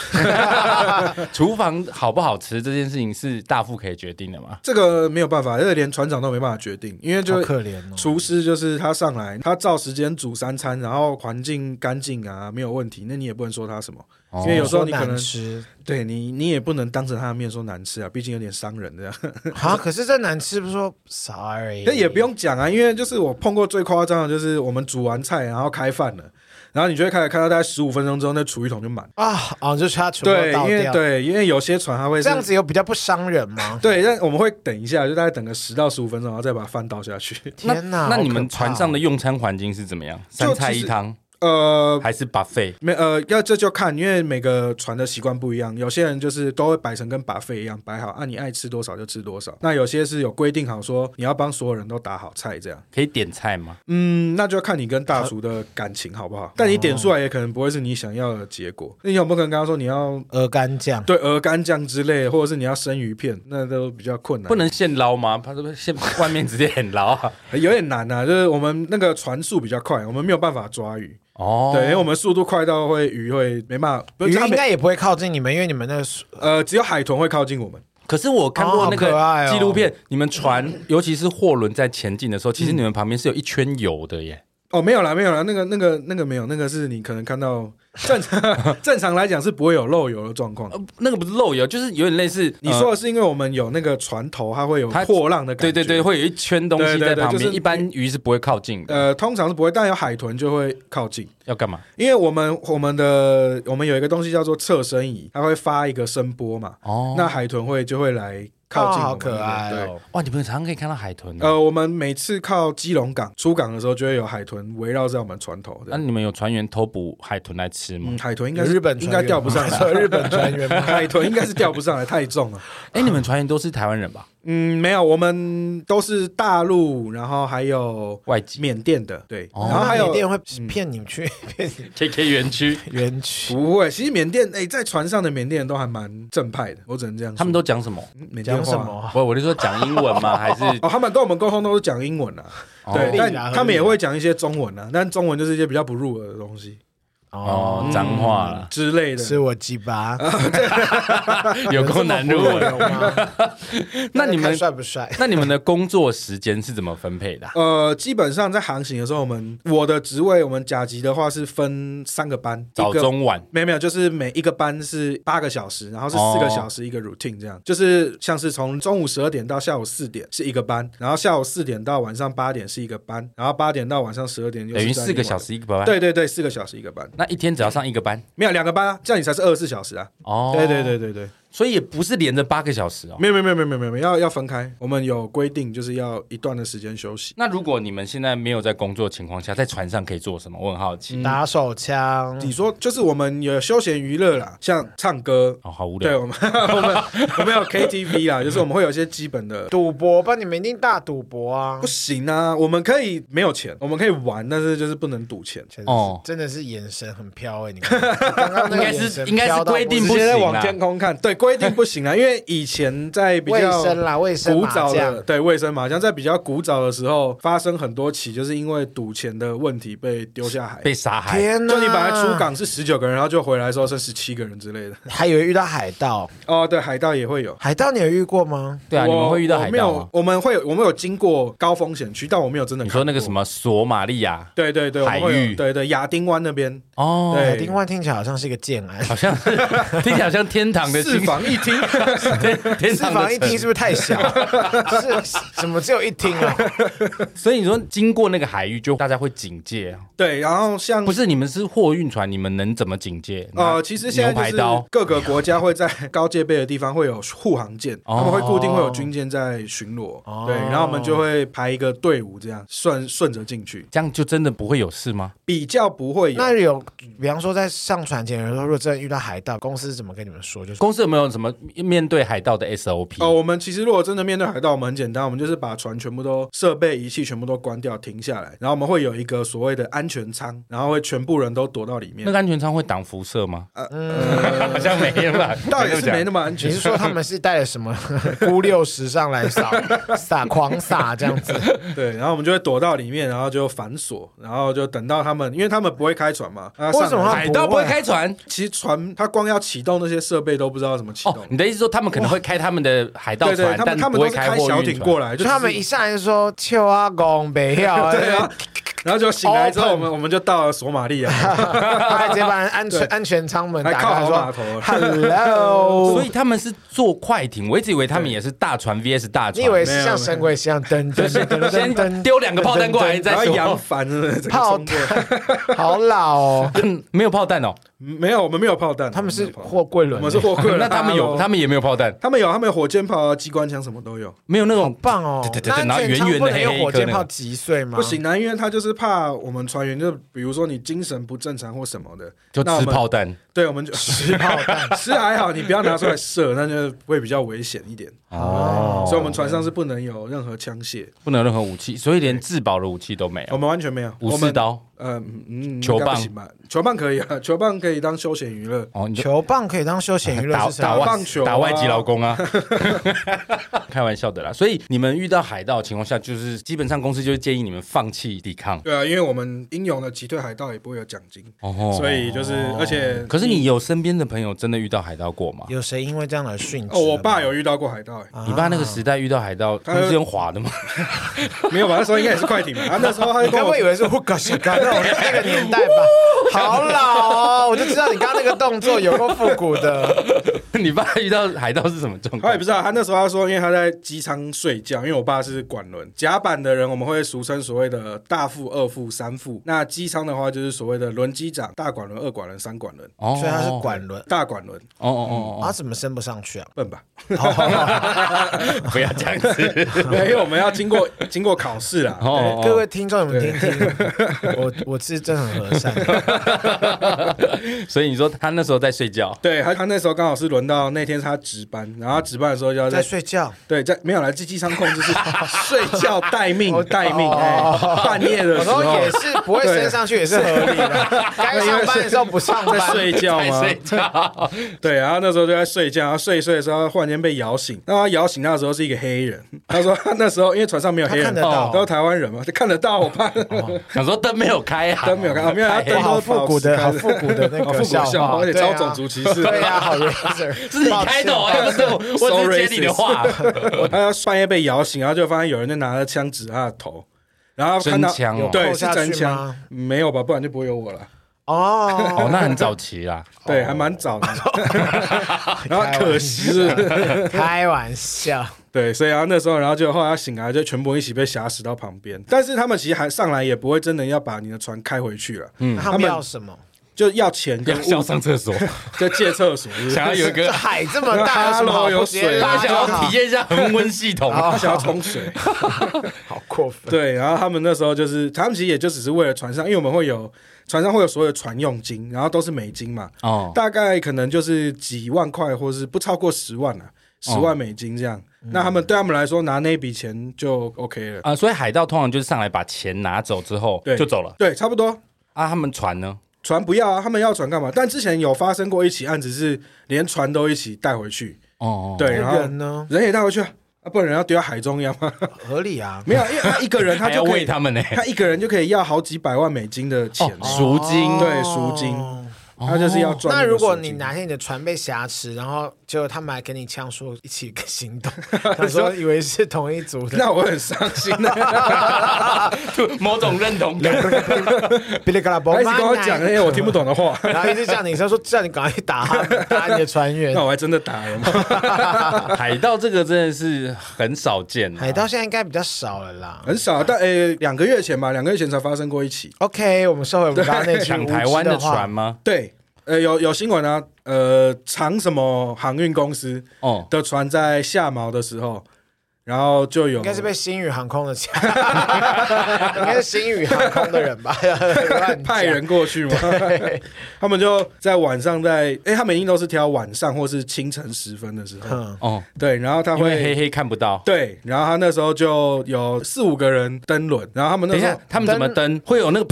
A: 厨房好不好吃这件事情是大副可以决定的吗？
C: 这个没有办法，这个连船长都没办法决定，因
B: 好
C: 为就
B: 可怜哦。
C: 厨师就是他上来，他照时间煮三餐，然后环境干净啊，没有问题，那你也不能说他什么，因为有时候你可
B: 说
C: 能
B: 难
C: [LAUGHS]
B: 吃
C: 对你，你也不能当着他的面说难吃啊，毕竟有点伤人这样。
B: 啊，可是这难吃不是说 sorry，
C: [LAUGHS] 那也不用讲啊，因为就是我碰过最夸张的，就是我们煮完菜然后开饭了，然后你就会开始看到大概十五分钟之后，那厨余桶就满。
B: 啊哦，就是它全部
C: 对，
B: 倒
C: 因为
B: 掉，
C: 对，因为有些船它会是
B: 这样。子有比较不伤人吗？
C: 对，但我们会等一下，就大概等个十到十五分钟，然后再把饭倒下去。 [LAUGHS]
B: 天哪，
A: 那
B: 好
A: 你
B: 可
A: 们
B: 怕
A: 船上的
B: 哦
A: 用餐环境是怎么样？
C: 就
A: 三菜
C: 其
A: 一
C: 实
A: 汤
C: 呃，
A: 还是 buffet？
C: 没呃，要这就看，因为每个船的习惯不一样，有些人就是都会摆成跟把费一样摆好，啊，你爱吃多少就吃多少。那有些是有规定好说你要帮所有人都打好菜这样。
A: 可以点菜吗？
C: 嗯，那就要看你跟大厨的感情好不好。但你点出来也可能不会是你想要的结果。那你有没有可能跟他说你要
B: 哦鹅肝酱，
C: 对鹅肝酱之类，或者是你要生鱼片，那都比较困难，
A: 不能现捞吗？他是不是现外面直接很捞啊？
C: 有点难啊。就是我们那个船速比较快，我们没有办法抓鱼，
A: 哦，
C: 对，因为我们速度快到会鱼会没办法，不
B: 鱼
C: 是它
B: 应
C: 没
B: 该也不会靠近你们，因为你们那个
C: 呃只有海豚会靠近我们。
A: 可是我看过那
B: 哦好可爱
A: 个
B: 哦
A: 纪录片，你们船，尤其是货轮在前进的时候，
C: 嗯
A: 其实你们旁边是有一圈油的耶。
C: 哦，没有啦，没有啦，那个、那个、那个没有，那个是你可能看到正常正常来讲是不会有漏油的状况。
A: 呃，那个不是漏油，就是有点类似
C: 你
A: 呃
C: 说的是因为我们有那个船头，它会有
A: 它
C: 破浪的感
A: 对
C: 觉。
A: 对对，会有一圈东西
C: 对对
A: 在
C: 对
A: 旁边，
C: 就是
A: 一般鱼是不会靠近的。
C: 呃，通常是不会，但有海豚就会靠近，
A: 要干嘛？
C: 因为我们我们的我们有一个东西叫做侧身仪，它会发一个声波嘛，
A: 哦，
C: 那海豚会就会来靠
B: 哦
C: 近我
B: 好
C: 们一点、
B: 可爱
C: 对。
B: 哦。
A: 哇，你们常常可以看到海
B: 嗯
A: 豚啊。
C: 呃，我们每次靠基隆港出港的时候，就会有海豚围绕在我们船头
A: 那
C: 的。
A: 你们有船员偷捕海豚来吃吗
C: 嗯，？海豚应
B: 啊有
C: 该是
B: 日本
C: 应
B: 船
C: 该
B: 员
C: 钓不
B: 吗 [LAUGHS]
C: 上来，
B: 有日本船
C: [LAUGHS]
B: 员吗？
C: 海豚应该是钓不上来，太重了。
A: 哎，你们船员都是台湾人吧？
C: 嗯，没有，我们都是大陆，然后还有
A: 外
C: [LAUGHS]
A: 籍
C: 缅甸的，对，
A: 哦
C: 然后还有
B: 缅甸会骗你
A: [LAUGHS]
B: 去骗你
A: KK 园区，
B: 园区，
C: 不会，其实缅甸哎、在船上的缅甸人都还蛮正派的，我只能这样说。
A: 他们都讲什么？
C: 嗯缅甸
B: 讲
C: 话
B: 什么啊？
A: 不，我是说讲英文
C: [LAUGHS]
A: 吗？还是
C: 哦，他们跟我们沟通都是讲英文啊，对
A: 哦，
B: 力啦
C: 但
B: 合
C: 他们
B: 力
C: 也
B: 啦
C: 会讲一些中文啊，但中文就是一些比较不入耳的东西嗯
A: 哦脏话啦
C: 之类的。
B: 吃我鸡巴，
A: [LAUGHS] 有够难入
B: 有这
A: 耳。
B: 么不入流吗
A: 那你们
B: 大家看帅不帅？
A: 那你们的工作时间是怎么分配的啊？
C: 呃，基本上在航行的时候，我们我的职位，我们甲级的话是分三个班，一
A: 早
C: 个
A: 中晚
C: 没有没有，就是每一个班是八个小时，然后是四个小时一个 routine 这样，就是像是从中午十二点到下午四点是一个班，然后下午四点到晚上八点是一个班，然后八点到晚上十二点又是
A: 等于
C: 在
A: 四个
C: 另外
A: 小。时一个班，，
C: 对对对，四个小时一个班，
A: 那一天只要上一个班
C: 没有两个班啊，这样你才是二十四小时啊。
A: 哦。
C: 对对对对对，
A: 所以也不是连着八个小时哦。
C: 没有没有没有没有没有没有，要要分开。我们有规定，就是要一段的时间休息。
A: 那如果你们现在没有在工作的情况下，在船上可以做什么？我很好
C: 嗯
A: 奇。
B: 打手枪，
A: 嗯
C: 你说就是我们有休闲娱乐啦，像唱歌，
A: 哦，好无
C: 对
A: 聊。
C: 我们 [LAUGHS] 我们我们有 KTV
A: [LAUGHS]
C: 啦，就是我们会有一些基本的。
B: 赌博吧，你们一定大赌博啊
C: 不！行啊，我们可以没有钱，我们可以玩，但是就是不能赌钱。
B: 真的是
A: 哦
B: 真的是眼神很飘
A: [LAUGHS]
B: 哎、你看刚刚那个眼神
A: 应该是
B: 飘到
A: 应该是规定不
B: 不
C: 直
A: 行啊啦
C: 接在往天空看，对规定不行啊，因为以前在比
B: 卫
C: 较
B: 生啦，卫生
C: 古
B: 麻
C: 早
B: 将
C: 的，对卫生麻将，在比较古早的时候发生很多起，就是因为赌钱的问题被丢下海。
A: 被杀害，
B: 天哪！
C: 就你本来出，港是十九个人，然后就回来的时候剩十七个人之类的。
B: 还以为遇到海盗，
C: 哦，对，海盗也会有。
B: 海盗你有遇过吗？
A: 对啊，你们
C: 我
A: 会遇到海
C: 我没
A: 盗
C: 有
A: 吗？，
C: 我们会我们有经过高风险区，但我没有真的。
A: 你说那个什？么索马利亚
C: 对对对，我们会有
A: 海域
C: 对对亚丁湾那边，
A: 哦，
C: 对
B: 海丁湾听起来好像是一个建安，
A: 好
C: [LAUGHS]
A: 像是听起来好像天堂的
C: 四
A: 星，
C: 房一厅。
A: 天天
B: 四
A: 堂的
B: 房一厅
A: 城
B: 是不是太小？是怎么只有一厅
C: [LAUGHS]
B: 啊？
A: 所以你说经过那个海域，就大家会警戒啊。 [LAUGHS]
C: 对，然后像
A: 不是你们是货运船，你们能怎么警戒？
C: 嗯呃，其实现
A: 牛
C: 在
A: 排
C: 就是
A: 刀
C: 各个国家会在高戒备的地方会有护航舰，
A: 哦
C: 他们会固定会有军舰在巡逻，
B: 哦
C: 对，然后我们就会排一个队伍，这样顺顺着进去，
A: 这样就真的不会有事吗？
C: 比较不会有。
B: 那有，比方说在上船前，有人说如果真的遇到海盗，公司怎么跟你们说？
C: [LAUGHS]
B: 就是
A: 公司有没有什么面对海盗的 SOP？
C: 哦，我们其实如果真的面对海盗，我们很简单，我们就是把船全部都设备仪器全部都关掉，停下来，然后我们会有一个所谓的安全舱，然后会全部人都躲到里面
A: 那。
B: 嗯
A: 个安全舱会挡辐射吗？好
C: [LAUGHS] 呃，，
A: 像没有 [LAUGHS] 吧
C: 倒也是没
A: 么
C: 那么安
B: 你
C: 全
B: 是。说他们是带了什
C: [LAUGHS]
B: 么孤六十上来 [LAUGHS] 撒撒狂撒这样
C: [LAUGHS]
B: 子？
C: 对，然后我们就会躲到里面，然后就反锁，然后就等到他们，因为他们不会开船嘛。啊
B: 为什么
C: 上来
A: [LAUGHS] 海盗不会开船
C: 其实船它光要启动那些设备都不知道怎么启动。
A: 哦。你的意思说他们可能会开他们的海盗
C: 对对，
A: 船，
C: 他
A: 但
C: 们他
A: 不
C: 们
A: 会
C: 都是
A: 开
C: 开
A: 货
C: 小
A: 运
C: 艇
A: 船？
C: 过来，
B: 就
C: 只是
B: 他们一上来就说“秋阿公北要”，
C: 对啊，然后就醒来之后，
B: Open
C: 我们我们就到了索马利亚，
B: 他还直接把安全
C: 对
B: 安全舱门
C: 还
B: 打
C: 靠
B: 开
C: 好
B: 说
C: 码头了。
B: “Hello”，
A: 所以他们是坐快艇，我一直以为他们
C: 对
A: 也是大船 VS 大
B: 你
A: 船。
B: 以为是像神鬼一样噔噔噔
C: [LAUGHS]
B: 噔噔
A: 先
B: 噔
A: 丢两个炮弹过来再
C: 然后
A: 说？
C: 扬帆 [LAUGHS] 真的整个
B: 炮
C: 冲过来
B: 弹，好老哦。
A: 嗯 [LAUGHS] 没有炮弹哦，
C: 嗯没有，我们没有炮弹，
B: 他们
C: 我
B: 是
C: 没有炮弹
B: 货柜
C: 我
B: 轮，
C: 们是货柜，
A: 那他们有，他
C: 们
A: 们也没有炮弹，
C: 他们有，他们有火箭炮啊、机关枪什么都有。
A: 没有那
B: 好
A: 种
B: 棒哦。
A: 对对对对
B: 那
A: 然后
B: 安全舱
A: 圆圆的
B: 不能
A: 黑
B: 用
A: 黑一
B: 火
A: 颗
B: 箭
A: 那个
B: 炮击碎吗？
C: 不行啊，因为他就是怕我们船员，就比如说你精神不正常或什么的，
A: 就
C: 那我
A: 吃
C: 们
A: 炮弹
C: 对，我
A: [LAUGHS]
C: 们就
B: 吃炮弹。
C: 是还好，你不要拿出来射，那就会比较危险一点。
A: 哦
C: 所以我们船上是不能有任何枪械，
A: 不能有任何武器，所以连自保的武器都没
C: 我
A: 有。
C: 们完全没有。
A: 武
C: 我
A: 士
C: 们
A: 刀
C: 呃，嗯嗯，
A: 球
C: 应该
A: 棒
C: 不行吧？球棒可以啊， [LAUGHS] 球棒可以当休闲娱乐。
A: 哦，你就
B: 球棒可以当休闲娱乐
A: 打
B: 是什
A: [LAUGHS]
B: 么
A: 打？外
C: 棒球啊
A: 打外籍劳工
C: [LAUGHS]
A: 啊，开玩笑的啦。所以你们遇到海盗的情况下，就是基本上公司就是建议你们放弃抵抗。
C: 对啊，因为我们英勇的击退海盗也不会有奖金，
A: 哦
C: 所以就是而且
A: 可是你有身边的朋友真的遇到海盗过吗？
B: 有谁因为这样来殉职了吗？
C: 哦，我爸有遇到过海盗、欸，
B: 啊，
A: 你爸那个时代遇到海盗，
C: 他
A: 他是用滑的吗？ [LAUGHS]
C: 没有吧？那时候应该也是快艇吧？
B: [LAUGHS]
C: 啊，那时候他就
B: 你
C: 跟
B: 该不
C: 我
B: 会以为哎是我搞什么那种那个年代
A: [LAUGHS]
B: 吧？好老哦，我就知道你刚刚那个动作有够复古的。
A: 你爸遇到海盗是什么状
C: 他也
A: 况
C: 不？知道，他那时候他说，因为他在机舱睡觉，因为我爸是管轮甲板的人，我们会俗称所谓的大副、二副、三副。那机舱的话，就是所谓的轮机长、大管轮、二管轮、三管轮、
A: [LAUGHS]
C: 啊
A: 哦
B: 所以他是管轮，
C: 大管轮，
A: 哦哦
B: 他怎么升不上去啊？[LAUGHS]
C: 笨吧？
A: 哦 [LAUGHS] 哦，不要这样
C: [LAUGHS]
A: 子。
C: 没有，因为我们要经过经过考试啦。
A: 哦，
B: 各位听众，你们听听，我我是真的很和善，
A: [LAUGHS] 所以你说他那时候在睡觉，
C: 对，他他那时候刚好是轮到那天是他值班，然后他值班的时候就要
B: 在
C: 在
B: 睡觉。
C: 对在没有来自机舱控
B: [LAUGHS]
C: 制室睡觉待命
B: 哦
C: 待命，哎半夜的
B: 我
C: 时
B: 说
C: 候
B: 也是不会升上去，也是合理的。
A: [LAUGHS]
B: 该上班的时候不上
C: 在
B: 班，
C: 睡觉
A: 在
C: 吗？哦
A: 睡
C: [LAUGHS]
A: 觉。
C: 对，然后那时候就在睡觉，然后睡一睡的时候，忽然间被摇醒。那他摇醒他的时候是一个
B: [LAUGHS]
C: 黑人，他说他那时候因为船上没有黑
B: 他
C: 人，
B: 看得到
C: 都是台湾人嘛，就看得到
B: [LAUGHS]
C: 我怕
A: 想说灯没有开啊，
C: 灯没有看，啊没有
A: [LAUGHS]
C: 他
B: 哇，
C: 灯
B: 好
C: 都
B: 复古的，好复古的那
C: [LAUGHS] 好哦复
B: 个
C: 古笑
B: 话，
C: 话，而且
B: 对
C: 超
B: 啊
C: 种族歧视。
B: 对
C: [LAUGHS]
B: 呀，好原始，
A: 是你开的，我又不是我，我只是接你的话。
C: 他半夜被摇醒，然后就发现有人就拿着枪指他的头，然后看到
A: 真枪哦
C: 对
B: 有扣
C: 是
B: 下去
C: 真枪
B: 吗，
C: 没有吧，不然就不会有我了。
A: 哦，
B: [LAUGHS] 哦，
A: 那很早期啦。
C: 对，还
B: [LAUGHS]
C: 蛮早的，然后可惜是， [LAUGHS]
B: 开玩笑，
C: 对，所以然后那时候，然后就后来他醒来，就全部一起被挟持到旁边。但是他们其实还上来也不会真的要把你的船开回去了，
B: 那他
C: 他
B: 们
C: 们
B: 要什么？
C: 就要钱跟
A: 要要上厕所，
C: 在借厕所，是不是
A: 想要有一
B: 这
A: 个，
B: 海这么大，有什么好不接
C: 啊
B: 的
A: 大家
B: [LAUGHS]
A: 想要体
B: 验，
A: 验一下恒温系统。
C: [LAUGHS] 他想要冲水。
B: 好过分。
C: 对，然后他们那时候就是，他们其实也就只是为了船上，因为我们会有船上会有所有的船用金，然后都是美金嘛，
A: 哦，
C: 大概可能就是几万块，或是不超过十万啊，十
A: 哦
C: 万美金这样。
A: 嗯
C: 那他们对他们来说，拿那笔钱就 OK 了。
A: 啊，所以海盗通常就是上来把钱拿走之后
C: 对
A: 就走了
C: 对，差不多。
A: 啊。他们船呢？
C: 船不要啊，他们要船干嘛？但之前有发生过一起案子，是连船都一起带回去，
A: 哦，
C: 对，然后
B: 人呢？
C: 人也带回去啊，啊不然人要丢到海中央吗？ [LAUGHS]
B: 合理啊，
C: 没有，因为他一个人他
A: 还要
C: 就可
A: 喂
C: 以，
A: 他们呢。
C: 他一个人就可以要好几百万美金的钱
A: 哦，赎金
C: 对赎金
B: 哦
C: 他就是要赚
B: 那
C: 个
B: 如
C: 赎金。
B: 果你哪天你的船被挟持，然后结果他们还跟你呛说一起行
C: [LAUGHS]
B: 动，他说以为是同一组的， [LAUGHS]
C: 那我很伤心的，
A: 就某种认同感。
B: 哔哩嘎啦
C: 他
B: 嘣
C: 一直跟我讲那哎些我听不，懂的话，
B: [LAUGHS] 然后一直叫你，他说叫你赶快去打他们打你的船员
C: 那。我还真的打了
A: [LAUGHS]
C: 嘛。
A: 海盗这个真的是很少见啊，
B: 海哎盗现在应该比较少了啦。
C: 很少，啊但诶，两、个月前吧，两个月前才发生过一起。
B: OK，我们收回我们刚刚那句
A: 抢
B: 无
A: 台
B: 知
A: 湾的
B: 的话
A: 船。吗？
C: 对，呃，有有新闻啊，呃，长什么航运公司
A: 哦，
C: 的船在下锚的时候，然后就有
B: 应该是被星宇航空的抢，应该是星宇航空的人
C: [LAUGHS]
B: 吧？乱讲
C: 派人过去嘛，他们就在晚上在，诶，他们一定都是挑晚上或是清晨时分的时候，
B: 嗯
A: 哦，
C: 对，然后他
A: 因为黑
C: 会。
A: 黑看不到。
C: 对，然后他那时候就有四五个人登轮，然后他们那
A: 等一
C: 时
A: 下
C: 候，，
A: 他们怎么登？会有那个，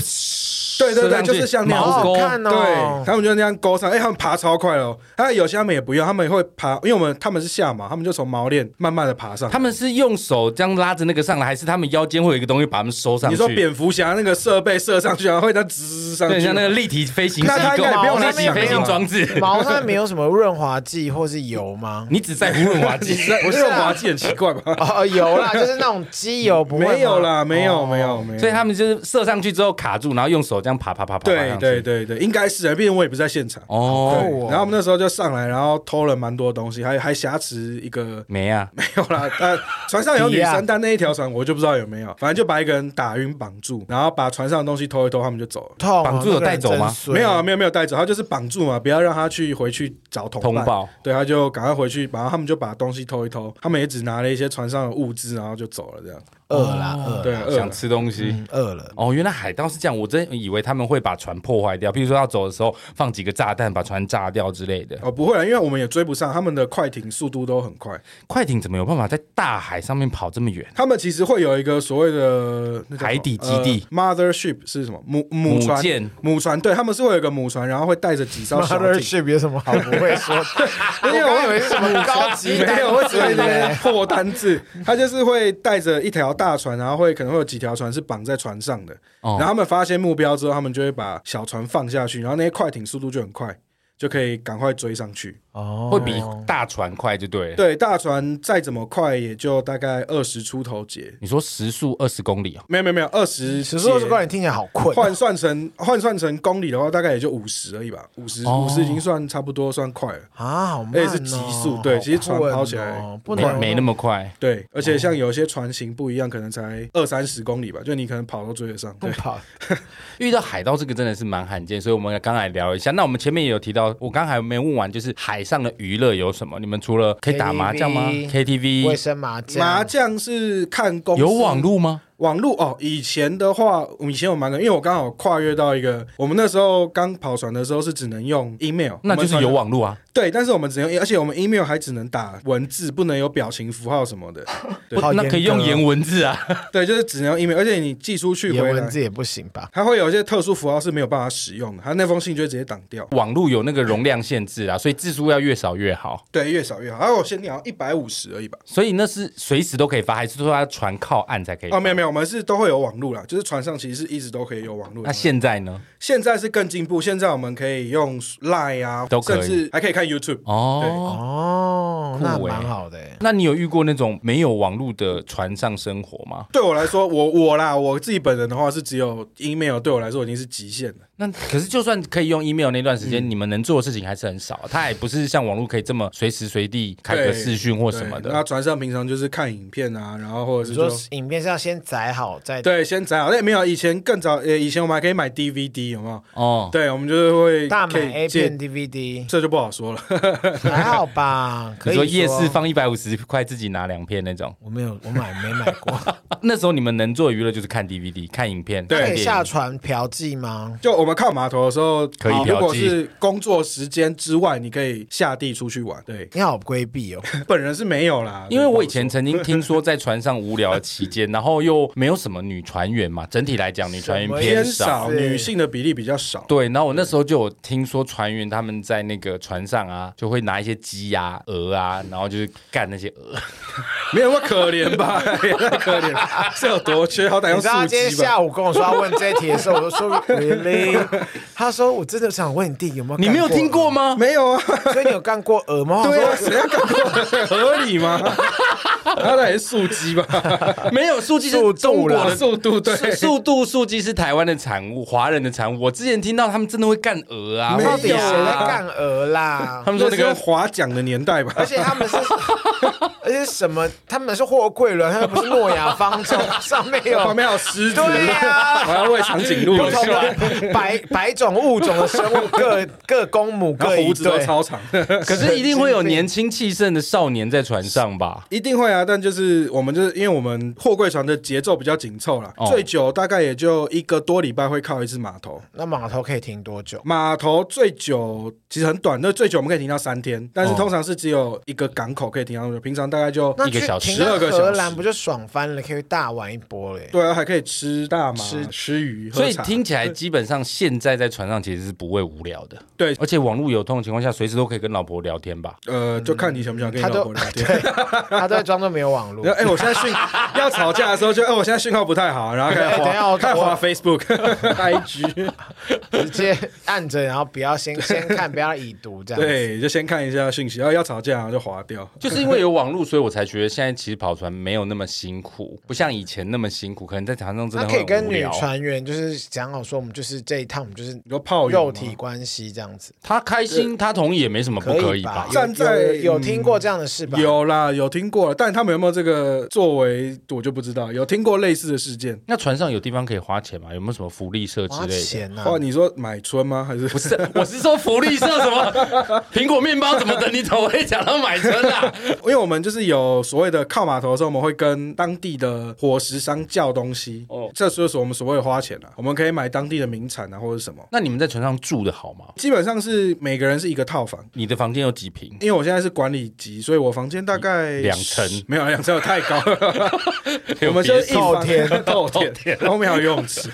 C: 对对
A: 射上去
C: 对，就是像那样
B: 好
C: 子
A: 毛钩
B: 好看
C: 对
B: 哦。
C: 他们就那样勾上，哎、他们爬超快哦。哎，有些他们也不用，他们也会爬，因为我们他们是下马，他们就从锚链慢慢的爬上。
A: [LAUGHS] 他们是用手这样拉着那个上来，还是他们腰间会有一个东西把他们收上去？
C: 你说蝙蝠侠那个设备射上去，然后会它直上
A: 对，
C: 去，
A: 像
C: [LAUGHS]
A: 那个立体飞行机
C: 那他
A: 构
C: 应该也不用
A: 立
C: 来
A: 体
C: 想
A: 飞行
C: 了
A: 装
C: [LAUGHS]
A: 置，
B: 毛上面没有什么润滑剂或是油吗？
A: 你只在乎润滑
C: [LAUGHS] 其
A: 剂。
C: 实不
B: 不
C: 是
B: 是啊
C: 滑稽很奇怪
A: [LAUGHS]
C: 吧？
B: 哦，有啦，就是那种机油，不会吗
C: 没有啦，没有没。有
B: 哦
C: 没有。
A: 啊所以他们就是射上去之后卡住，然后用手这样爬爬爬爬爬
C: 对
A: 上去。
C: 对对对，应该是啊，毕竟我也不在现场。对
A: 哦，
B: 哦
C: 然后我们那时候就上来，然后偷了蛮多东西，还还挟持一个
A: 没啊，
C: 没有啦，呃，船上有女
B: 抵押
C: 生，但那一条船我就不知道有没有，反正就把一个人打晕绑住，然后把船上的东西偷一偷，他们就走了。
B: 痛哦，
A: 绑住有带走吗
B: 那个人真衰
C: 没有啊，没有没有带走，他就是绑住嘛，不要让他去回去找同
A: 通
C: 伴。
A: 报。
C: 对，他就赶快回去，然后他们就把东西偷一偷，他们也只拿了一些船上的物资，然后就走了这样。
B: 饿啦，饿了
C: 对，饿
A: 啊想
C: 了。
A: 吃东西。
B: 嗯饿了。
A: 哦，原来海盗是这样，我真以为他们会把船破坏掉，譬如说要走的时候放几个炸弹把船炸掉之类的。
C: 哦，不会啊，因为我们也追不上，他们的快艇速度都很快。
A: 快艇怎么有办法在大海上面跑这么远？
C: 他们其实会有一个所谓的那叫什么
A: 海底基地
C: 呃 mother ship 是什么？母母
A: 母
C: 船。
A: 舰
C: 母船对，他们是会有一个母船，然后会带着几艘小艇
B: Mothership 有什么好不会
C: [LAUGHS]
B: 说的？我刚以为是什么高级
C: 没有，我
B: 我
C: 只会那些破单字。他就是会带着一条大船，然后会可能会有几条船是绑在船上的。
A: 哦
C: 然后他们发现目标之后，他们就会把小船放下去，然后那些快艇速度就很快，就可以赶快追上去。
B: 哦
A: 会比大船快就对了。
C: 对，大船再怎么快，也就大概二十出头节。
A: 你说时速二十公里哦，
C: 没有没有没有，二十
B: 只是说这个人听起来好困。啊
C: 换算成换算成公里的话，大概也就五十而已吧，五十
A: 哦
C: 五十已经算差不多算快了。
B: 啊，好慢、哦，
C: 哎是极速对其实船跑起来
B: 好困哦不
A: 没
B: 能
A: 没那么快。
C: 对，而
A: 哦
C: 且像有些船型不一样，可能才二三十公里吧，就你可能跑都追得上。
B: 不
C: 对，
B: 跑，
A: 遇到海盗这个真的是蛮罕见，所以我们刚才聊一下。那我们前面也有提到，我刚才没问完，就是海上的娱乐有什么？你们除了可以打麻将吗
B: KTV
A: ？KTV
B: 卫生麻将，
C: 麻将是看公司
A: 有网路吗？
C: 网路哦。以前的话，以前我蛮个，因为我刚好跨越到一个，我们那时候刚跑船的时候是只能用 email，
A: 那就是有
C: 我们
A: 网路啊，
C: 传对，但是我们只能，而且我们 email 还只能打文字，不能有表情符号什
A: [LAUGHS]
C: 么的。对
B: 好
A: 那可以用
B: 严
A: 颜
B: 格哦
A: 文字啊。
C: 对，就是只能用 email，而且你寄出去
B: 颜
C: 回来
B: 文，字也不行吧？
C: 它会有一些特殊符号是没有办法使用的，它那封信就会直接挡掉。
A: 网路有那个容量限制啊，所以字数要越少越好。
C: 对，越少越好。然后我先聊一百五十而已吧。
A: 所以那是随时都可以发，还是说它船靠岸才可以发？
C: 哦，没有没有，我们是都会有网路啦，就是船上其实是一直都可以有网路的。
A: 那现在呢？
C: 现在是更进步，现在我们可以用 Line 啊，
A: 都可以
C: 甚至还可以看 YouTube。
A: 哦，
B: 哦，那
A: 酷欸
B: 蛮好的欸。
A: 那你有遇过那种没有网路的船上生活吗？
C: 对我来说，我我啦，我自己本人的话是只有 email，对我来说已经是极限了。
A: 那可是就算可以用 email 那段时间，你们能做的事情还是很少。它也不是像网络可以这么随时随地开个
C: 对
A: 视讯或什么
C: 对那
A: 的。
C: 船上平常就是看影片啊，然后或者
B: 你
C: 是
B: 说
C: 说。
B: 影片是要先载好再
C: 对，先载好。那没有，以前更早，呃，以前我们还可以买 DVD，有没有？
A: 哦，
C: 对，我们就是会
B: 大买
C: 可以
B: A
C: 借
B: 片
C: [LAUGHS]
B: DVD，
C: 这就不好说了。
B: 还好吧？
A: [LAUGHS]
B: 可
A: 你
B: 以
A: 说夜市，放一百五十块，自己拿两片那种。啊
B: 我没有，我买没买
C: [LAUGHS]
B: 过。
A: 那时候你们能做娱乐就是看 DVD、看影片、
C: 对
A: 看
B: 可
A: 电
B: 以
A: 影
B: 下船嫖妓吗？
C: 就我们靠码头的时候，
A: 可以
C: 好
A: 嫖妓
C: 如果是工作时间之外，你可以下地出去玩。对， [LAUGHS]
B: 你好规避哦，
C: 本人是没有啦，
A: 因为我以
C: 对
A: 前曾经听说，在船上无聊的期间， [LAUGHS] 然后又没有什么女船员嘛，整体来讲女船员
B: 什么
A: 偏
C: 偏
A: 少。
C: 少，
B: 是
C: 女性的比例比较少。
A: 对，然后我那时候就有听说船员他们在那个船上啊，就会拿一些鸡啊、鹅啊，然后就是干那些鹅。
C: 没有那么可怜吧？
B: [LAUGHS]
C: 也太可怜了，是有多缺？好歹
B: 你
C: 用
B: 知道他
C: 素
B: 今天
C: 鸡吧。
B: 下午跟我说要问这一题的时候，我就说
C: [LAUGHS]
B: really，他说我真的想问你弟有没
A: [LAUGHS]
B: 有，
A: 你没有听过，吗？
C: 没有啊，
B: [LAUGHS] 所以你有干过鹅吗？
C: 对啊，
B: 我说
C: 谁要干过？合理吗？好歹也是素
B: [LAUGHS]
C: 鸡吧，
A: [LAUGHS] 没有，速记是
B: 速
A: 中
B: 度
A: 国
B: 啦
A: 的
C: 速度对。
A: 速度速记是台湾的产物，华人的产物。我之前听到他们真的会干鹅啊，
C: 没有
B: 到底谁在
A: 啊？
B: 干鹅啦
A: 他？们说那
C: 是
A: 个
C: 划桨的年代吧，
B: 而且他们是， [LAUGHS] 而且什么？他们是货柜轮，他们不是诺亚方
C: [LAUGHS]
B: 舟，上面有
C: [LAUGHS] 旁边还有狮子，
B: 对啊
C: 我要喂长颈鹿
B: 不
C: 了，
B: 同的百百种物种的生物，各各公母
C: [LAUGHS]
B: 各
C: 然后
B: 一
C: 胡子都
B: 对。
C: 超长，
A: 可是一定会有年轻气盛的少年在船上吧？
C: 一定会啊。但就是我们就是因为我们货柜船的节奏比较紧凑啦，
A: 哦
C: 最久大概也就一个多礼拜会靠一次码头。
B: 那码头可以停多久？
C: 码头最久其实很短，那最久我们可以停到三天，但是
A: 哦
C: 通常是只有一个港口可以停到那么久，平常大概就
B: 那
A: 一个
B: 去
A: 小时
B: 停到
C: 12个小时
B: 荷兰不就爽翻了？可以大玩一波嘞。
C: 对啊，还可以吃大麻、
B: 吃
C: 吃鱼、喝
A: 所以
C: 茶
A: 听起来基本上现在在船上其实是不会无聊的。
C: 对
A: 而且网络有通的情况下，随时都可以跟老婆聊天 [LAUGHS] 吧？
C: 呃，就看你想不想跟你
B: 他
C: 老
B: 都
C: 婆聊
B: [LAUGHS]
C: 天。
B: 对，他都在装作没有网络
C: 然。后 [LAUGHS] 哎、我现在
B: [LAUGHS]
C: 讯要吵架的时候就，哎，我现在讯号不太好，然后开
B: 哎
C: 始
B: 等一下
C: 滑，
B: 我
C: 开始滑
B: 我
C: Facebook、IG，
B: [LAUGHS] 直接按着，然后不要先先看，不要已读这样。，
C: 对，就先看一下讯息，然后要吵架然后就滑掉。
A: 就是因为有网络，所以我才觉得现在其实跑船没有那么辛苦，不像以前那么辛苦。可能在船上真
B: 他
A: 的
B: 可以
A: 会很
B: 跟
A: 无
B: 女
A: 聊。
B: 船员就是讲好说，我们就是这一趟，我们就是
C: 你说泡友吗哦
B: 肉体关系这样子，
A: 他开心，他同意也没什么不可以吧
B: 吧？？有
C: 站在
B: 有有听过这样的事吧？，
C: 嗯有啦，有听过了，但他们有没有这个作为，我就不知道。有听过类似的事件？
A: 那船上有地方可以花钱吗？有没有什么福利社之
B: 花
A: 类的？
B: 钱呐、啊
C: 哦，你说买春吗？还是
A: 不是，我是说福利社什
C: [LAUGHS]
A: 么苹果面包什么的，你怎么会讲到买春
C: [LAUGHS]
A: 啊？
C: 因为我们就是有所谓的靠码头的时候，我们会跟当地的伙食商叫东西，
A: 哦
C: 哦，这就是我们所谓的花钱了、我们可以买当地的名产啊，或者什么。
A: 那你们在船上住的好吗？
C: 基本上是每个人是一个套房，
A: 你的房间有几平？
C: 因为我现在是管理级，所以我房间大概
A: 两层
C: 没有两层有太高了。
A: [LAUGHS]
C: 我们
A: 有
C: 就
A: 别
C: 是一房
B: 透天
C: 透 [LAUGHS] 天，后面还有游泳池。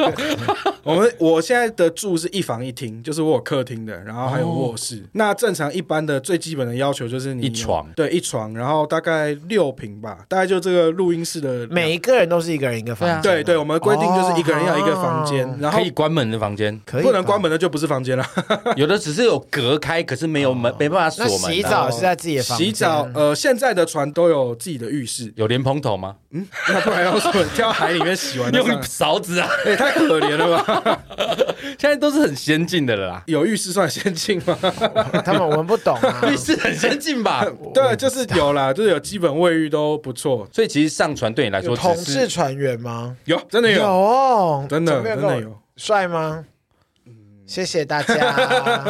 C: 我们我现在的住是一房一厅，就是我有客厅的，然后还有卧室。那正常一般的最基本的要求就是你
A: 一床，
C: 对，一床，然后大概六平吧，大概就这个录音室的两
B: 每一个人都是一个人一个房间啊、
C: 对对，我们规定就是一个人要一个房间，
B: 哦
C: 然后
A: 可以关门的房
C: [LAUGHS]
A: 间，
B: 可以吧
C: 不能关。门的就不是房间了。
A: 有的只是有隔开，可是没有
C: 哦
A: 门，没办法锁
B: 那
A: 门啊。
B: 洗澡是在自己的房间，
C: 洗澡，呃，现在的船都有自己的浴室，
A: 有莲蓬头吗？
C: 那不然要什么跳海里面洗完的？
A: 用勺子啊！
C: 也、哎太可怜了吧！
A: [LAUGHS] 现在都是很先进的了啦，
C: [LAUGHS] 有浴室算先进吗？
B: 他们闻不懂啊。
C: [LAUGHS]
A: 浴室很先进吧？
C: 对，就是有啦，就是有基本卫浴都不错，
A: 所以其实上船对你来说
B: 有同
A: 只
B: 志
A: 是
B: 船员吗？
C: 有真的有，
B: 有，
C: 真的
B: 怎么没
C: 真
B: 跟我
C: 的有。
B: 帅吗？
C: 嗯
B: 谢谢大
C: [LAUGHS]
B: 家，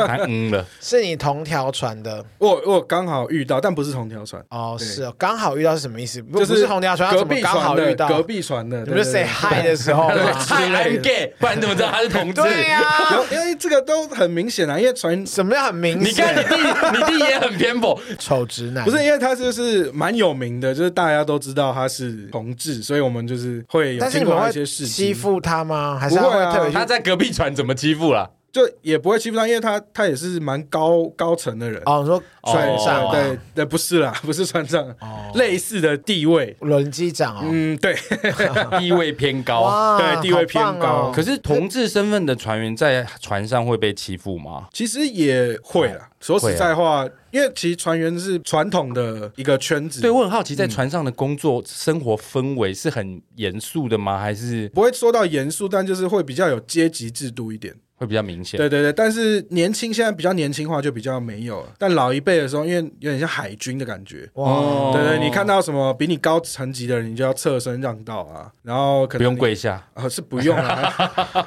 A: 还嗯了，
B: 是你同条船的
C: 我我刚好遇到，但不是同条船，
B: 哦，
C: 对
B: 是哦，刚好遇到是什么意思？不
C: 就
B: 不是同条船，要
C: 隔
B: 怎么
C: 壁
B: 刚
C: 船
B: 好
C: 的，
B: 遇到？
C: 隔壁船的，
B: 你们是 say hi 的
A: 哦
B: 时 [LAUGHS] 候吗？
A: 嗨，I'm gay，不然你怎么知道他是同志？
B: 对呀，
C: 有，因为这个都很明显啊，因为船
B: 什么叫很明
A: 你看你
B: 显？
A: 弟，你弟也很偏 [LAUGHS] 颇，
B: 丑直男
C: 不是，因为他就是蛮有名的，就是大家都知道他是同志，所以我们就是会有
B: 但是你
C: 听过
B: 们
C: 他
B: 会
C: 一些事
B: 欺负他吗？还是
C: 不
B: 他
C: 会
B: 会
C: 啊
B: 特别去
A: 他在隔壁船怎么欺负 [LAUGHS] 啦？
C: 就也不会欺负他，因为他他也是蛮高高层的人。
B: 哦，你说
A: 哦
C: 船
B: 船上
C: 上
B: 啊
C: 对对，不是啦， [LAUGHS] 不是船上，类似的地位，
B: 轮机长哦，
C: 嗯，对，
A: 地位偏高。
B: 哇
C: 对地位偏
B: 好棒哦
C: 高
A: 可是同志身份的船员在船上会被欺负吗？
C: 其实也会啦。说实在话，因为其实船员是传统的一个圈子，
A: 对，我很好奇，在船上的工作生活氛围是很严肃的吗？还是
C: 不会说到严肃，但就是会比较有阶级制度一点。
A: 会比较明显。
C: 对对对，但是年轻现在比较年轻化就比较没有了，啊但老一辈的时候，因为有点像海军的感觉。
B: 哇，
C: 哦
A: 哦
C: 对对，你看到什么比你高层级的人，你就要侧身让道啊，然后可能
A: 不用
C: 你
A: 跪下，
C: 啊，是不用了，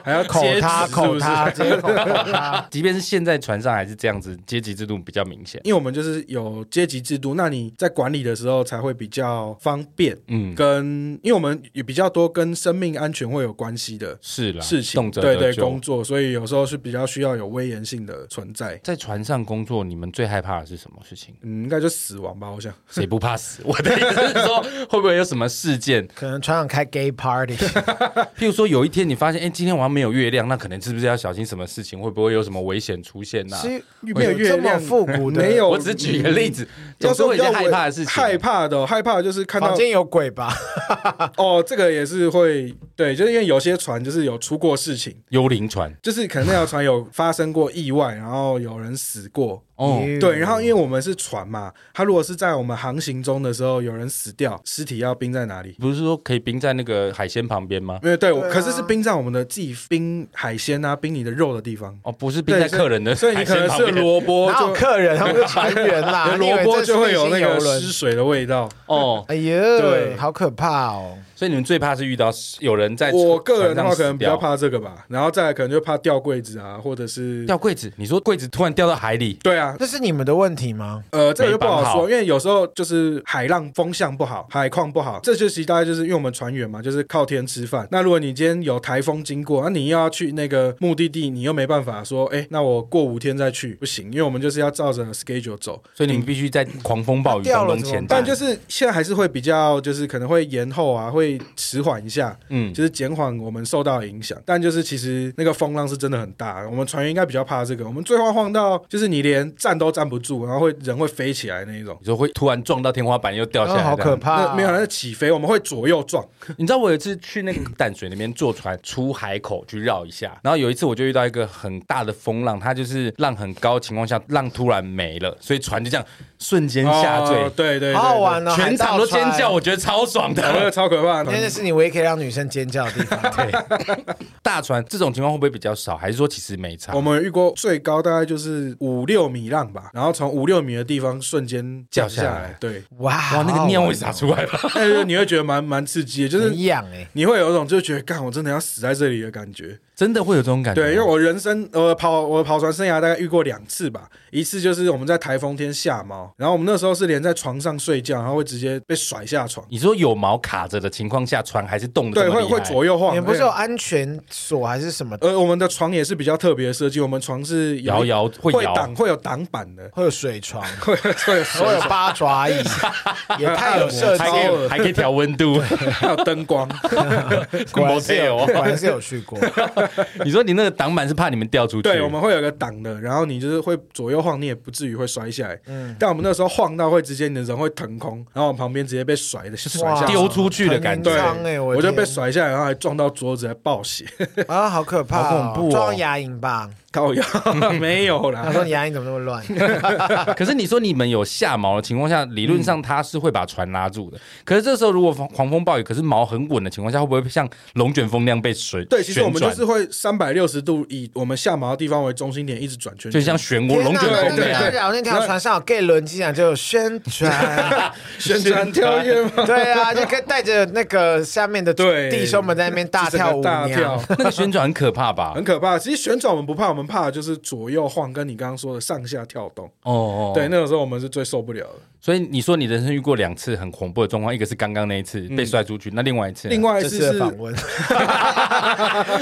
C: 还要
B: 口
C: 接
B: 他
C: 旨是
B: 口
C: 不是？
B: 他，直接口 [LAUGHS] 他，
A: 即便是现在船上还是这样子，阶级制度比较明显。
C: 因为我们就是有阶级制度，那你在管理的时候才会比较方便，
A: 嗯，
C: 跟因为我们也比较多跟生命安全会有关系的
A: 是啦，
C: 事
A: 啊
C: 情，
A: 动辄
C: 对
A: 得
C: 对，
A: 救
C: 工作，所以有时候是比较需要有威严性的存在。
A: 在船上工作，你们最害怕的是什么事情？
C: 嗯，应该就死亡吧，我想。
A: 谁不怕死？ [LAUGHS] 我的意思是说，会不会有什么事件？
B: 可能船长开 gay party，
A: 譬如说，有一天你发现，哎、今天晚上没有月亮，那可能是不是要小心什么事情？会不会有什么危险出现呢、
B: 是
C: 没有月
B: 这么
C: 亮
B: 复古的，
C: 没有，
A: 我只是举一个例
C: 子。
A: 子，总
C: 要
A: 是
C: 说
A: 会
C: 比
A: 有一些害
C: 较
A: 怕的事情。啊
C: 害怕的哦、害怕的就是看
B: 房
C: 到
B: 间有鬼吧？
C: 哦，这个也是会对，就是因为有些船就是有出过事情，
A: 幽灵船
C: 就是可能那条船有发生过意外，然后有人死过。
B: 哎
A: 哦，
C: 对，然后因为我们是船嘛，它如果是在我们航行中的时候有人死掉，尸体要冰在哪里？
A: 不是说可以冰在那个海鲜旁边吗？
C: 没有对，
B: 对啊
C: 可是是冰在我们的自己冰海鲜啊，冰你的肉的地方，
A: 哦，不是冰在客人的
C: 所以你
A: 海
C: 可
A: 鲜
C: 能
A: 旁
C: 是
A: 边，
C: 萝卜
B: 哪有
C: 就
B: 客人？他们是船员
C: [LAUGHS]
B: 啦，你以
C: 萝
B: 为
C: 卜
B: 啊这是
C: 就会有那
B: 内星游
C: 个
B: 轮
C: 湿水的味道。
A: 哦，
B: 哎
C: 对
B: 呦，好可怕哦！
A: 所以你们最怕是遇到有人在
C: 我个人的
A: 船
C: 话，
A: 上死
C: 可能比较
A: 掉
C: 怕这个吧，然后再来可能就怕掉柜子啊，或者是
A: 掉柜子。你说柜子突然掉到海里，
C: 对啊，
B: 这是你们的问题吗？
C: 呃，这个就不好
A: 没绑好
C: 说，因为有时候就是海浪、风向不好，海况不好，这就其实大概就是因为我们船员嘛，就是靠天吃饭。那如果你今天有台风经过，那、啊你又要去那个目的地，你又没办法说，哎，那我过五天再去，不行，因为我们就是要照着 schedule 走。
A: 所以你们必须在狂风暴雨
C: 啊
A: 当中前进。
C: 但就是现在还是会比较，就是可能会延后啊，会迟缓一下，
A: 嗯，
C: 就是减缓我们受到的影响。但就是其实那个风浪是真的很大，我们船员应该比较怕这个。我们最后晃到就是你连站都站不住，然后会人会飞起来那一种。
A: 你说会突然撞到天花板又掉下
C: 啊
A: 来，
B: 哦好可。
A: 啊
B: 怕
C: 那
B: 哦！
C: 没有，那是起飞，我们会左右撞。
A: 你知道我有一次去那个
C: [LAUGHS]
A: 淡水那边坐船出海口去绕一下，然后有一次我就遇到一个很大的风浪，它就是浪很高的情况下，浪突然没了，所以船就这样瞬间下坠，
C: 哦对对对，
B: 好好玩哦！
A: 全场都尖
B: 海盗
A: 叫，
B: 船，
A: 我觉得超爽
C: 对，那
A: 的。
C: 个超可 [LAUGHS] 怕的。
B: 真的是你唯一可以让女生尖叫的
A: [LAUGHS]
B: 地方。
A: 大船这种情况会不会比较少，还是说其实没差
C: 我？们遇过最高大概就是五六米浪吧，然后从五六米的地方瞬间降下
A: 掉下来
C: 对，
B: [LAUGHS] 哇
A: 哇，那个尿
C: 哦
A: 会洒出来吧？
C: 但是你会觉得蛮蛮刺激的，就是
B: 很痒哎！
C: 你会有一种就觉得干，我真的要死在这里的感觉。
A: 真的会有这种感觉吗？
C: 对，因为我人生呃跑我跑船生涯大概遇过两次吧，一次就是我们在台风天下锚，然后我们那时候是连在床上睡觉，然后会直接被甩下床，
A: 你说有毛卡着的情况下，船还是动的
C: 对，会会左右晃。
B: 你们不是哦
C: 对
B: 有安全锁还是什
C: [LAUGHS]
B: 么？
C: 呃，我们的床也是比较特别的设计，我们床是有
A: 摇摇会
C: 会
A: 摇
C: 挡，会有挡板的， [LAUGHS]
B: 会有水床，
C: 会会有手
B: 会有八爪
C: [LAUGHS]
B: 椅，也太有设计
A: 还可
B: 了。
A: 以还可以调温度。
C: 还有灯光，
B: 果然是有，
A: Motel
B: 果然是有
A: [LAUGHS]
B: 去过。
A: [LAUGHS] 你说你那个挡板是怕你们掉出去？
C: 对，我们会有个挡的，然后你就是会左右晃，你也不至于会摔下来。嗯，但我们那时候晃到会直接你的人会腾空，然后往旁边直接被甩的甩
B: 哇
C: 下
A: 丢出去的感觉
B: 很
C: 对
B: 脏哎，，
C: 我
B: 的
C: 就被
B: 天
C: 甩下来，然后还撞到桌子，还爆血， [LAUGHS]
B: 啊，好可怕哦，
A: 好恐怖哦
B: 撞到牙龈吧？[LAUGHS]
C: 靠腰没有
B: 他
C: 啦。
B: 说你牙龈怎么那么
A: [LAUGHS]
B: 乱？
A: 可是你说你们有下锚的情况下，理论上它是会把船拉住的。可是这时候如果狂狂风暴雨，可是锚很稳的情况下，会不会像龙卷风那样被水
C: 对，其实我们就
A: 旋
C: 是会三百六十度以我们下锚的地方为中心点一直转圈
A: 转就像
C: 圈，
A: 漩涡龙卷
B: 天哪
A: 风啊
C: 对
A: 那
C: 对
A: 样
B: 那
C: 对？
B: 条船上有 gay 轮机长就有宣
A: [LAUGHS]
B: 传，
C: 旋转跳跃 [LAUGHS] 嘛，
B: 对啊，就跟带着那个下面的
C: 对
B: 弟兄们在那边大跳舞
C: 就整个大跳
B: 娘。。
A: 那个旋转很可怕吧？
C: 很可怕。其实旋转我们不怕，我们怕的就是左右晃，跟你刚刚说的上下跳动。
A: 哦哦，
C: 对，，那个时候我们是最受不了的。
A: 所以你说你人生遇过两次很恐怖的状况，一个是刚刚那一次被甩出去，那另外一次呢，
C: 嗯另外一
B: 这
C: 次
B: 次的
C: 是
B: 访问，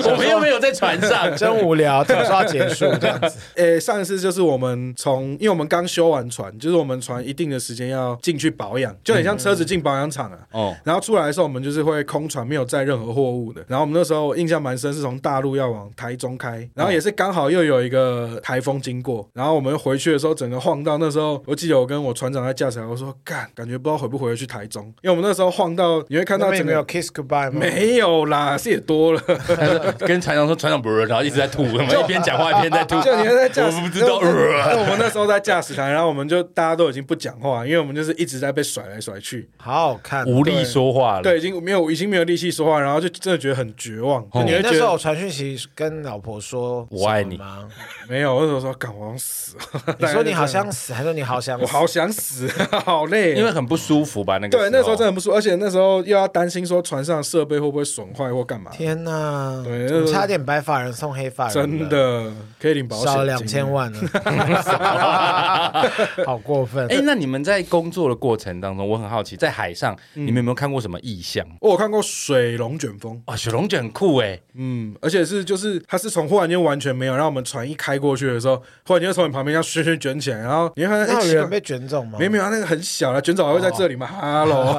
A: 我们又没有在船上
B: 真无聊，早知道结束这样子。
C: 呃、上一次就是我们从，因为我们刚修完船，就是我们船一定的时间要进去保养，就很像车子进保养厂啊。
A: [LAUGHS] 哦，
C: 然后出来的时候，我们就是会空船，没有载任何货物的。然后我们那时候印象蛮深，是从大陆要往台中开，然后也是刚好又有一个台风经过，然后我们回去的时候，整个晃到那时候，我记得我跟我船长在驾下载，我说干，感觉不知道回不回得去台中，因为我们那时候晃到，你会 [LAUGHS] 看到
B: 那边
C: 整
B: 没有
C: 个
B: kiss goodbye 吗？
C: 没有啦，是也多了，
A: 他说跟船长说船长不是，然后一直在吐，我们一边讲话一边在吐，
C: 就你还在驾驶，
A: 我不知道
C: 因为我们因为我们那时候在驾驶台，然后我们就大家都已经不讲话，因为我们就是一直在被甩来甩去，
B: 好好看。哦
A: 无力说话了。
C: 对，已经没有已经没有力气说话，然后就真的觉得很绝望，就你会
B: 那
C: 觉
B: 时候我
C: 得
B: 传讯息跟老婆说
A: 我爱你
B: 什么吗？
C: 没有，我那时候说干，我想死了，
B: 你
C: 大概
B: 说
C: 就
B: 你好
C: 这样，
B: 想死，还说你好想死
C: 我好想死， [LAUGHS] 好累，啊
A: 因为很不舒服吧？那个
C: 对那时候真的很不舒服，而且那时候又要担心说船上设备会不会损坏或干嘛，
B: 天哪，
C: 对
B: 怎么差点白发人送黑发人，
C: 真的可以领保险金，
B: 少了两千万了， [LAUGHS] 好过
C: 呃
B: 分。
C: [LAUGHS]
A: 哎、那你们在工作的过程当中，我很好奇，在海上、
C: 嗯
A: 你们有没有看过什么异象？
C: 我有看过水龙卷风，
A: 哦，雪龙卷很酷哎、
C: 嗯，而且是就是它是从忽然间完全没有，然后我们船一开过去的时候，忽然间从你旁边这样旋旋卷起来，然后你会发现
B: 那
C: 哎
B: 有
C: 奇怪
B: 人被卷走吗？
C: 没有没有，它那个很小了，卷走还会在这里吗哈喽，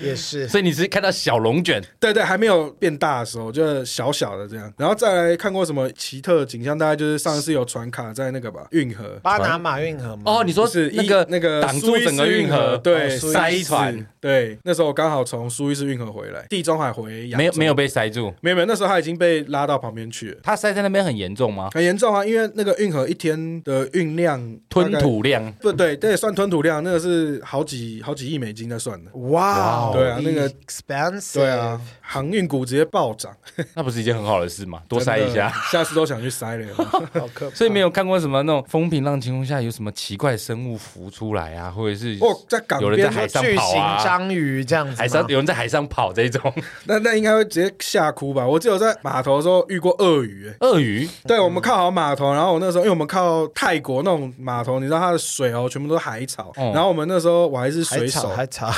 B: 也是。
A: 所以你是看到小龙卷，
C: 对对，还没有变大的时候，就是小小的这样，然后再来看过什么奇特的景象，大概就是上次有船卡在那个吧运河。
B: 巴拿马运河吗？
A: 哦，你说
C: 嗯不是
A: 那
C: 一
A: 个
C: 那个
A: 挡住整个
C: 苏伊士运
A: 河，哦
C: 对，
B: 苏伊士
A: 塞船，
C: 对，那时候我刚好从苏伊士运河回来，地中海回亚洲，
A: 没有没有被塞住，
C: 没有没有，那时候他已经被拉到旁边去了，
A: 它塞在那边很严重吗？
C: 很严重啊！因为那个运河一天的运量
A: 吞
C: 大概，
A: 吐量
C: 不对，这也算吞吐量，那个是好几好几亿美金在算的。
B: 哇哦，
C: 对啊那个
B: expensive，
C: 对啊，航运股直接暴涨，
A: 那不是一件很好的事吗？多塞一
C: 真的 [LAUGHS]
A: 下。，
C: 下次都想去塞了。
B: 好可怕。
A: 所以没有看过什么那种风平浪静情况下有什么奇怪生物浮出来啊，或者是
C: 哦，在港
A: 有人在
C: 边，
A: 海上
B: 巨
A: 跑
B: 型
A: 啊，
B: 章鱼这样子吗，
A: 海上有人在海上跑这
C: [LAUGHS]
A: 种
C: 那那应该会直接吓哭吧？我只有在码头的时候遇过鳄鱼、欸
A: 鳄鱼，
C: 对我们靠好码头，然后我那时候因为我们靠泰国那种码头，你知道它的水哦，全部都是海草。
A: 嗯
C: 然后我们那时候我还是
B: 海
C: 水手
B: 草，，海草，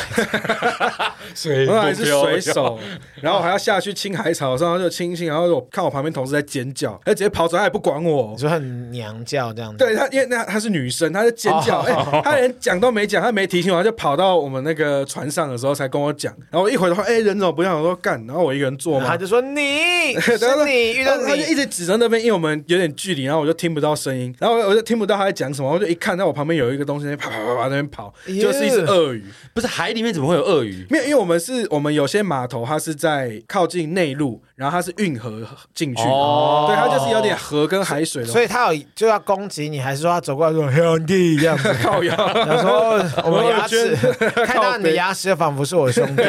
A: 水
C: 我还是水手，然后还要下去清海草，然后就清一清，然后我看我旁边同事在尖叫，他直接跑走，他也不管我
B: 你。说很娘叫这样子，
C: 对他，因为那她是女生，她在尖叫，哎、她连讲都没讲，她没提醒我，她就跑到我们那个船上的时候才跟我讲。然后我一回头，哎、人怎么不让我说干？然后我一个人坐嘛
B: 他，就说你
C: [LAUGHS] 对他
B: 是
C: 说
B: 你遇到
C: 他就一
B: 你，
C: 直指着那边，因为我们有点距离，然后我就听不到声音，然后我就听不到他在讲什么，我就一看到我旁边有一个东西在啪啪啪啪在那边跑，
B: 哎呦
C: 就是一只鳄鱼。
A: 不是海里面怎么会有鳄鱼？
C: 没有，因为我们是我们有些码头，它是在靠近内陆，然后它是运河进去，
A: 哦
C: 对，它就是有点河跟海水的。
B: 所以他有就要攻击你，还是说他走过来说兄弟这样
C: [LAUGHS]
B: 子？ [LAUGHS]
C: 靠腰，
B: 然后说我们牙齿
C: 我觉
B: [LAUGHS] 看到你的牙齿，仿佛是我
C: [LAUGHS]
B: 兄弟。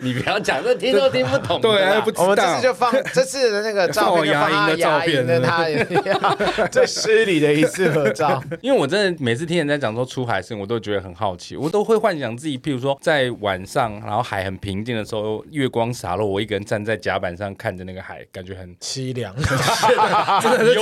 A: 你不要讲，这听都听不懂的啦。
C: 对啊，不知
B: 我们这
C: 道
B: 次。就放这次的那个照片，就放他牙龈的他最失礼的一次合照。
A: 因为我真的每次听人家讲说出海事，我都觉得很好奇，我都会幻想自己，譬如说在晚上，然后海很平静的时候，月光洒落，我一个人站在甲板上看着那个海，感觉 [LAUGHS] 很
B: 凄凉，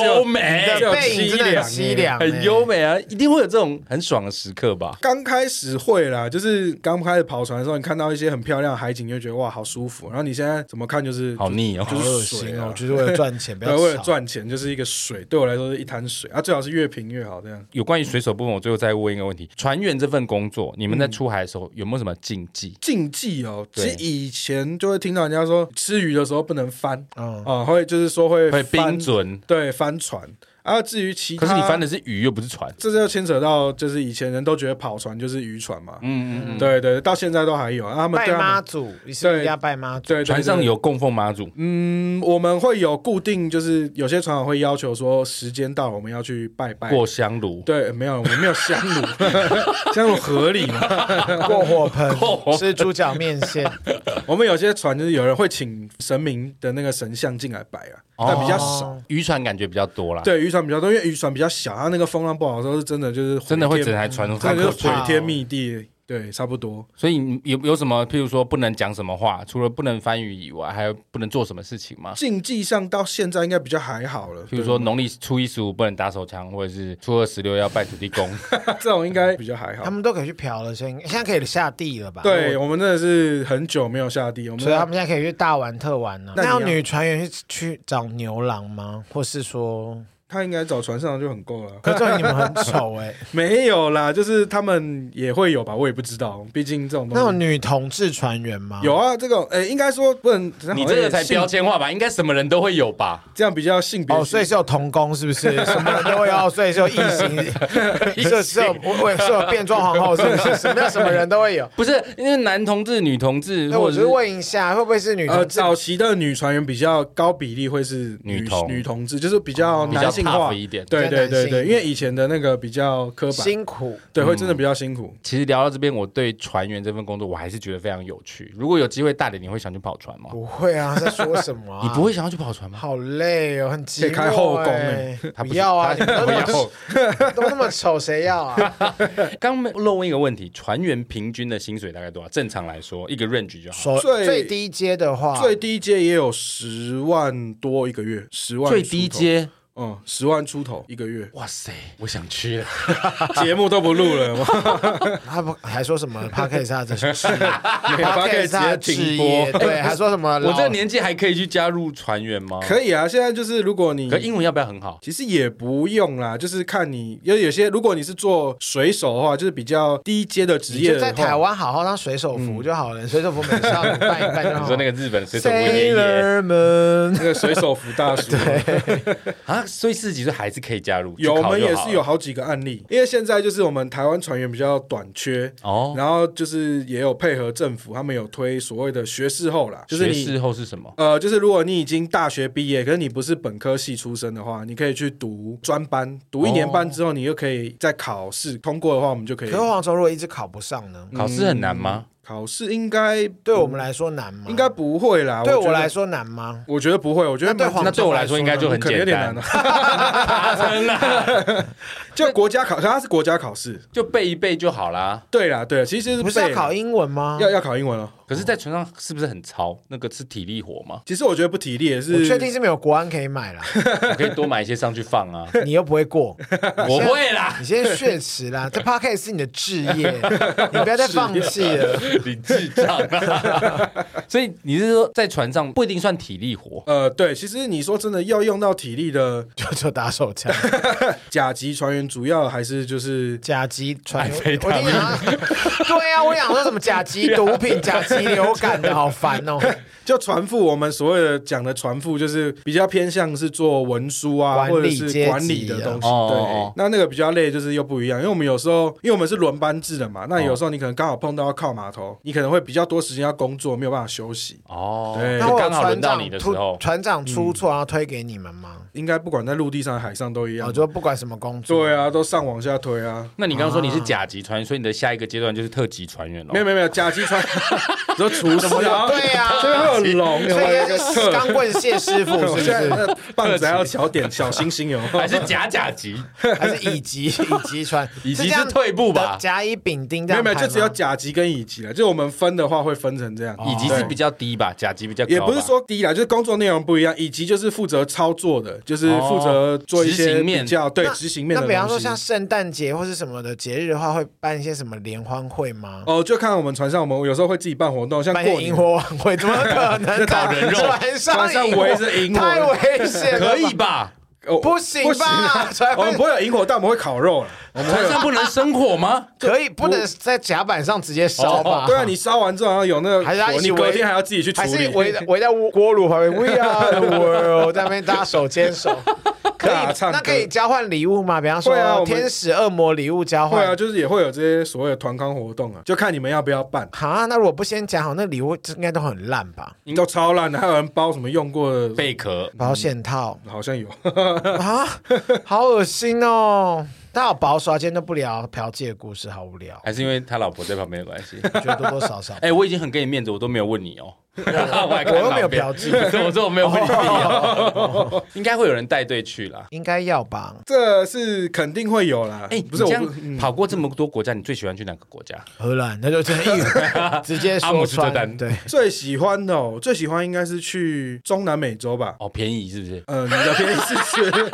A: 优美，
C: 只
B: [LAUGHS]
C: 有
B: 背影真的很
C: 凄
B: 凄凉，
C: 凉 [LAUGHS]
B: 欸
A: 很优。美啊，一定会有这种很爽的时刻吧？
C: 刚开始会啦，就是刚开始跑船的时候，你看到一些很漂亮的海景，你就觉得哇，好舒服。然后你现在怎么看就是
A: 好腻哦。
B: 好恶心哦！就是为了赚
C: [LAUGHS]
B: 钱，不
C: 对，
B: 要
C: 为了
B: 吵。
C: 赚钱就是一个水，对我来说是一滩水啊，最好是越平越好这样。
A: [LAUGHS] 有关于水手部分，我最后再问一个问题：船员这份工作，你们在出海的时候有没有什么禁忌？
C: 禁忌哦，其
A: 对
C: 实以前就会听到人家说吃鱼的时候不能翻
B: 嗯，
C: 啊、会就是说会
A: 哦会
C: 翻
A: 冰准，
C: 对翻船啊。至于其他，
A: 可是你翻的是鱼又不是船。
C: 这就牵扯到就是以前人都觉得跑船就是渔船嘛，
A: 嗯嗯嗯，
C: 对对，到现在都还有啊。他们
B: 拜
C: 对他
B: 妈
C: 们
B: 祖，你是不是一定要拜妈祖？
C: 对对
A: 船上
C: 对
A: 有供奉妈祖，
C: 嗯，我们会有固定，就是有些船长会要求说时间到了我们要去拜拜。
A: 过香炉。
C: 对，没有，我们没有香
A: [LAUGHS]
C: 炉，香炉合理吗？啊
B: 过
A: 过
B: 火
C: [LAUGHS]
A: 火
B: 盆，吃猪脚面线，
C: 我们有些船就是有人会请神明的那个神像进来摆啊， [LAUGHS] 但比较少。
B: 哦。
A: 渔船感觉比较多啦，，
C: 对，渔船比较多，因为渔船比较小，它那个风浪不好的时候是真的就是
A: 真的会
C: 毁
A: 整
C: 天
A: 台船都
C: 真的就是
A: 碎
B: 好
C: 毁
B: 可怕哦
C: 天灭地。对，差不多。
A: 所以你有有什么，譬如说不能讲什么话，除了不能翻译以外，还有不能做什么事情吗？
C: 竞技上到现在应该比较还好了，
A: 啊譬如说农历初一十五不能打手枪，或者是初二十六要拜土地
B: [LAUGHS]
A: 公。
C: 对 [LAUGHS] 这种应该比较还好
B: 他。们都可以去漂了，现在现在可以下地了吧？
C: 对，我们真的是很久没有下地，我们
B: 所以他们现在可以去大玩特玩呢、
C: 那
B: 那
C: 你要 [LAUGHS]
B: 有女船员去去找牛郎吗？或是说
C: 他应该找船上的就很够了。
B: 可是你们很丑
C: [LAUGHS]
B: 哎、
C: 没有啦，就是他们也会有吧，我也不知道，毕竟这种
B: 那
C: 东
B: 种
C: 西。
B: 女同志船员吗？
C: 有啊，这个呃、应该说不能，
A: 你这个才
C: 性
A: 标签化吧？应该什么人都会有吧？
C: 这样比较性别
B: 哦，所以是有童工是不是？
C: [LAUGHS]
B: 什么人都会有，所以是有异形， [LAUGHS] 是是有我我是有变装皇后是不
C: [LAUGHS]
B: 是？什么样什么人都会有。
A: 不是，因为男同志、女同志，
B: 那
A: 或
B: 我
A: 者
B: 只是问一下，会不会是女
C: 呃，
B: 同志？
C: 早期的女船员比较高比例会是
A: 女
C: 女
A: 同
C: 女同志，就是比较
A: 比较
C: 男性化
A: tough 一点
C: 对对对
B: 比较男
C: 对，
B: 性
C: 因为以前的那个比较刻板，
B: 辛苦，
C: 对，会真的比较辛苦。
A: 其实聊到这边，我对船员这份工作我还是觉得非常有趣。如果有机会大点，你会想去跑船吗？
B: 不会啊，在说什么、啊？
A: [LAUGHS] 你不会想要去跑船吗？
B: [LAUGHS] 好累哦，很寂寞、欸。
C: 可以开后宫
B: 哎
C: 欸、
A: 他
B: 不
A: 是
B: 要啊！你
A: 他
B: 们都
A: 不
B: 那
A: 要
B: 么。都那么丑，谁要啊？
A: 刚没漏问一个问题，船员平均的薪水大概多少？正常来说，一个 range 就好。
B: 说
C: 最
B: 最低阶的话，
C: 最低阶也有十万多一个月，十万
A: 最
C: 出
A: 低
C: 头，
A: 阶，，
C: 嗯，十万出头一个月
B: [LAUGHS]
A: 哇塞，我想去了。
C: 节目都不录了，
B: 他不还说什么 p a 以 k 他的
C: 没有可以直接停播。
B: 对，还说什么
A: 我
B: 老
A: 这个年纪还可以去加入船员吗？
C: [LAUGHS] 可以啊，现在就是如果你
A: 可英文要不要很好？
C: 其实也不用啦，就是看你，因为有些如果你是做水手的话，就是比较低阶的职
B: 你
C: 业
B: 就
C: 的话，
B: 在台湾好好当水手服就好了，水手服每次要你办一办
A: [LAUGHS]
B: 就
A: 你
B: 好
A: 说那
B: 了。
A: 个日本
C: 哦
A: 水手服爷爷
B: Sailor Man，
C: [LAUGHS] 那个水手服
A: [LAUGHS]
C: 大叔，
A: 啊，所以四十几岁还是可以加入，
C: 有
A: 去
C: 我
A: 考
C: 们
A: 就
C: 也
A: 好
C: 是
A: 了
C: 有好几个案例，因为现在就是我们台湾船员比较短缺。
A: 哦。
C: 然后就是也有配合政府，他们有推所谓的学士后啦，就是
A: 学
C: 你
A: 士后是什么？
C: 呃，就是如果你已经大学毕业，可是你不是本科系出身的话，你可以去读专班，读一年
A: 哦
C: 班之后，你又可以再考试通过的话，我们就可
B: 可
C: 以
B: 是黄州如果一直考不上呢？
C: 嗯
A: 考试很难吗？
C: 考试。应该
B: 对我们来说难吗？
C: 应该不会啦，
B: 对
C: 啊我觉
B: 我
C: 得
B: 来，说难吗？
C: 我觉得不会，我觉得
B: 那对
C: 蛮
B: 黄
A: 那对我来说应该就很
C: 可能有
A: 简
C: 点
A: 单
C: 难了，
A: 真的
C: [LAUGHS] 就国家考，可它是国家考试。
A: 就背一背就好啦。
C: 对啦，对啦，其实
B: 不是要
C: 背
B: 考英文啊吗？
C: 要要考英文哦了。
A: 可是，在船上是不是很操？那个是体力活吗？
C: 其实我觉得不体力也
B: 我
C: 是，
B: 确定是没有国安可以
C: [LAUGHS]
B: 买啦，
A: 我可以多买一些上去放啊。
B: 你又不会过，
A: 我会啦，
C: [LAUGHS]
B: 你先血池啦。这 p o d c a s 是你的置业，你不要再放弃
C: 啊
B: 了。
A: 你智障、啊
C: [LAUGHS]
A: 所以你是说在船上不一定算体力活？
C: 呃，对，其实你说真的要用到体力的
B: 就就打手
C: [LAUGHS]
B: 枪，
C: 甲级船员，主要还是就是
B: 甲级传
A: 安
B: 我
A: 非
B: 跟
A: 他
B: 你
A: 命
B: 讲，对啊，我想说什么甲级毒
C: [LAUGHS]
B: 品、甲级流感的好烦哦。
C: 就船副，我们所谓的讲的船副，就是比较偏向是做文书啊，
B: 管理
C: 或者是管理
B: 阶
C: 的
B: 级啊
C: 东西。
A: 哦
C: 对，
A: 哦
C: 那那个比较累，就是又不一样，因为我们有时候，因为我们是轮班制的嘛，
A: 哦
C: 那有时候你可能刚好碰到要靠码头，你可能会比较多时间要工作，没有办法休息。
A: 哦，
C: 对
B: 那会有
A: 刚好轮
B: 船
A: 到你
B: 长
A: 的时
B: 突
A: 候，
B: 船长出错，
C: 嗯
B: 然后推给你们吗？
C: 应该不管在陆地上、海上都一
B: 我
C: 样。
B: 哦就不管什么工作，
C: 嗯对啊，都上往下
A: [LAUGHS]
C: 推啊。
A: 那你刚刚说你是甲级船员，所以你的下一个阶段就是特级船员了
C: 没。有没有没有，甲级船，你说厨师啊，
B: 对啊
C: [LAUGHS] 这边会有龙，有
B: 所
C: 没有一
B: 以
C: 个
B: 是
C: 特
B: 钢棍谢师傅
C: 我 [LAUGHS]
B: 是不
C: 现在
B: 是？
C: 那棒子还有小
B: [LAUGHS]
C: 点小星星有没有
A: 还是甲甲级，
B: 还是乙
C: [LAUGHS]
B: 级乙级船？
A: 乙级
B: 这
A: 是
B: 样
A: 退步吧？
B: 甲乙丙丁这
C: 没
B: 样
C: 有没
B: 排吗哦
C: 有，就只有甲级跟乙级了。就我们分的话，会分成这样，
A: 乙级是
C: 对
A: 比较低吧，甲级比较高吧。
C: 也不是说低啦，就是工作内容不一样。乙级就是负责操作
B: 哦
C: 的，就是负责做一
A: 执
C: 些
A: 行面
C: 比较对
B: 那
C: 执行面
B: 那
C: 的
B: 比方说
C: 东西
B: 像。圣诞节或是什么的节日的话，会办一些什么联欢会吗？
C: 哦，就看我们船上，我们有时候会自己办活动，像
B: 办一
C: 过
B: 些
C: 年
B: 萤火晚会， [LAUGHS] 怎么可
C: [LAUGHS]
B: 能？
A: 打人肉
B: 船
C: 船上
B: 上萤火
C: 围着萤火
B: 太危险了吧，
A: 可以吧？
C: 哦
B: 不行吧
C: 不行啊
B: 船
C: 我们不会有萤火，但我们会烤肉啦。
A: [LAUGHS]
C: 我们会
A: 船
C: 有
A: 上不能生火吗？
B: 可以不能在甲板上直接烧吧？
C: 对啊，你烧完之后然后有那个
B: 还是要一
C: 火，
B: 起
C: 你隔
B: 围
C: 天还要自己去处
B: 还是
C: 理， [LAUGHS]
B: 围围在锅炉旁边，We are the world，在那边大家手牵
C: [LAUGHS]
B: 手。可以
C: 大唱，歌
B: 那可以交换礼物吗？比方说
C: 会啊我们
B: 天使、恶魔礼物交
C: 会
B: 换
C: 啊，。就是也会有这些所谓的团康活动啊，就看你们要不要办。
B: 哈，那如果不先讲好，那礼物应该都很烂吧？
C: 都超烂的，还有人包什么用过的，
A: 贝壳
B: 保险套
C: 好像有。
B: 啊，好恶心哦！大家好保守啊，今天都不聊嫖妓的故事，好无聊。
A: 还是因为他老婆在旁边的关系？
B: 我觉得多多少少
A: [LAUGHS]
B: [LAUGHS]
A: 哎、我已经很给你面子，我都没有问你哦。 [LAUGHS] 我
B: 我又没有嫖
A: 技，
B: 妓
A: 不是我说我没有问你 [LAUGHS] 哦，应该会有人带队去啦。
B: 应该要吧？
C: 这是肯定会有啦。
A: 哎、
C: 不
A: 你
C: 是我
A: 这
C: 不嗯
A: 样跑过这么多国家，你最喜欢去哪个国家？
B: 荷兰，那就真的一语直接
A: 阿姆
B: 说
A: 斯特丹
B: 穿。对，
C: 最喜欢的、哦，最喜欢应该是去中南美洲吧。
A: 哦，便宜是不是？ [LAUGHS]
C: 呃，你的偏是去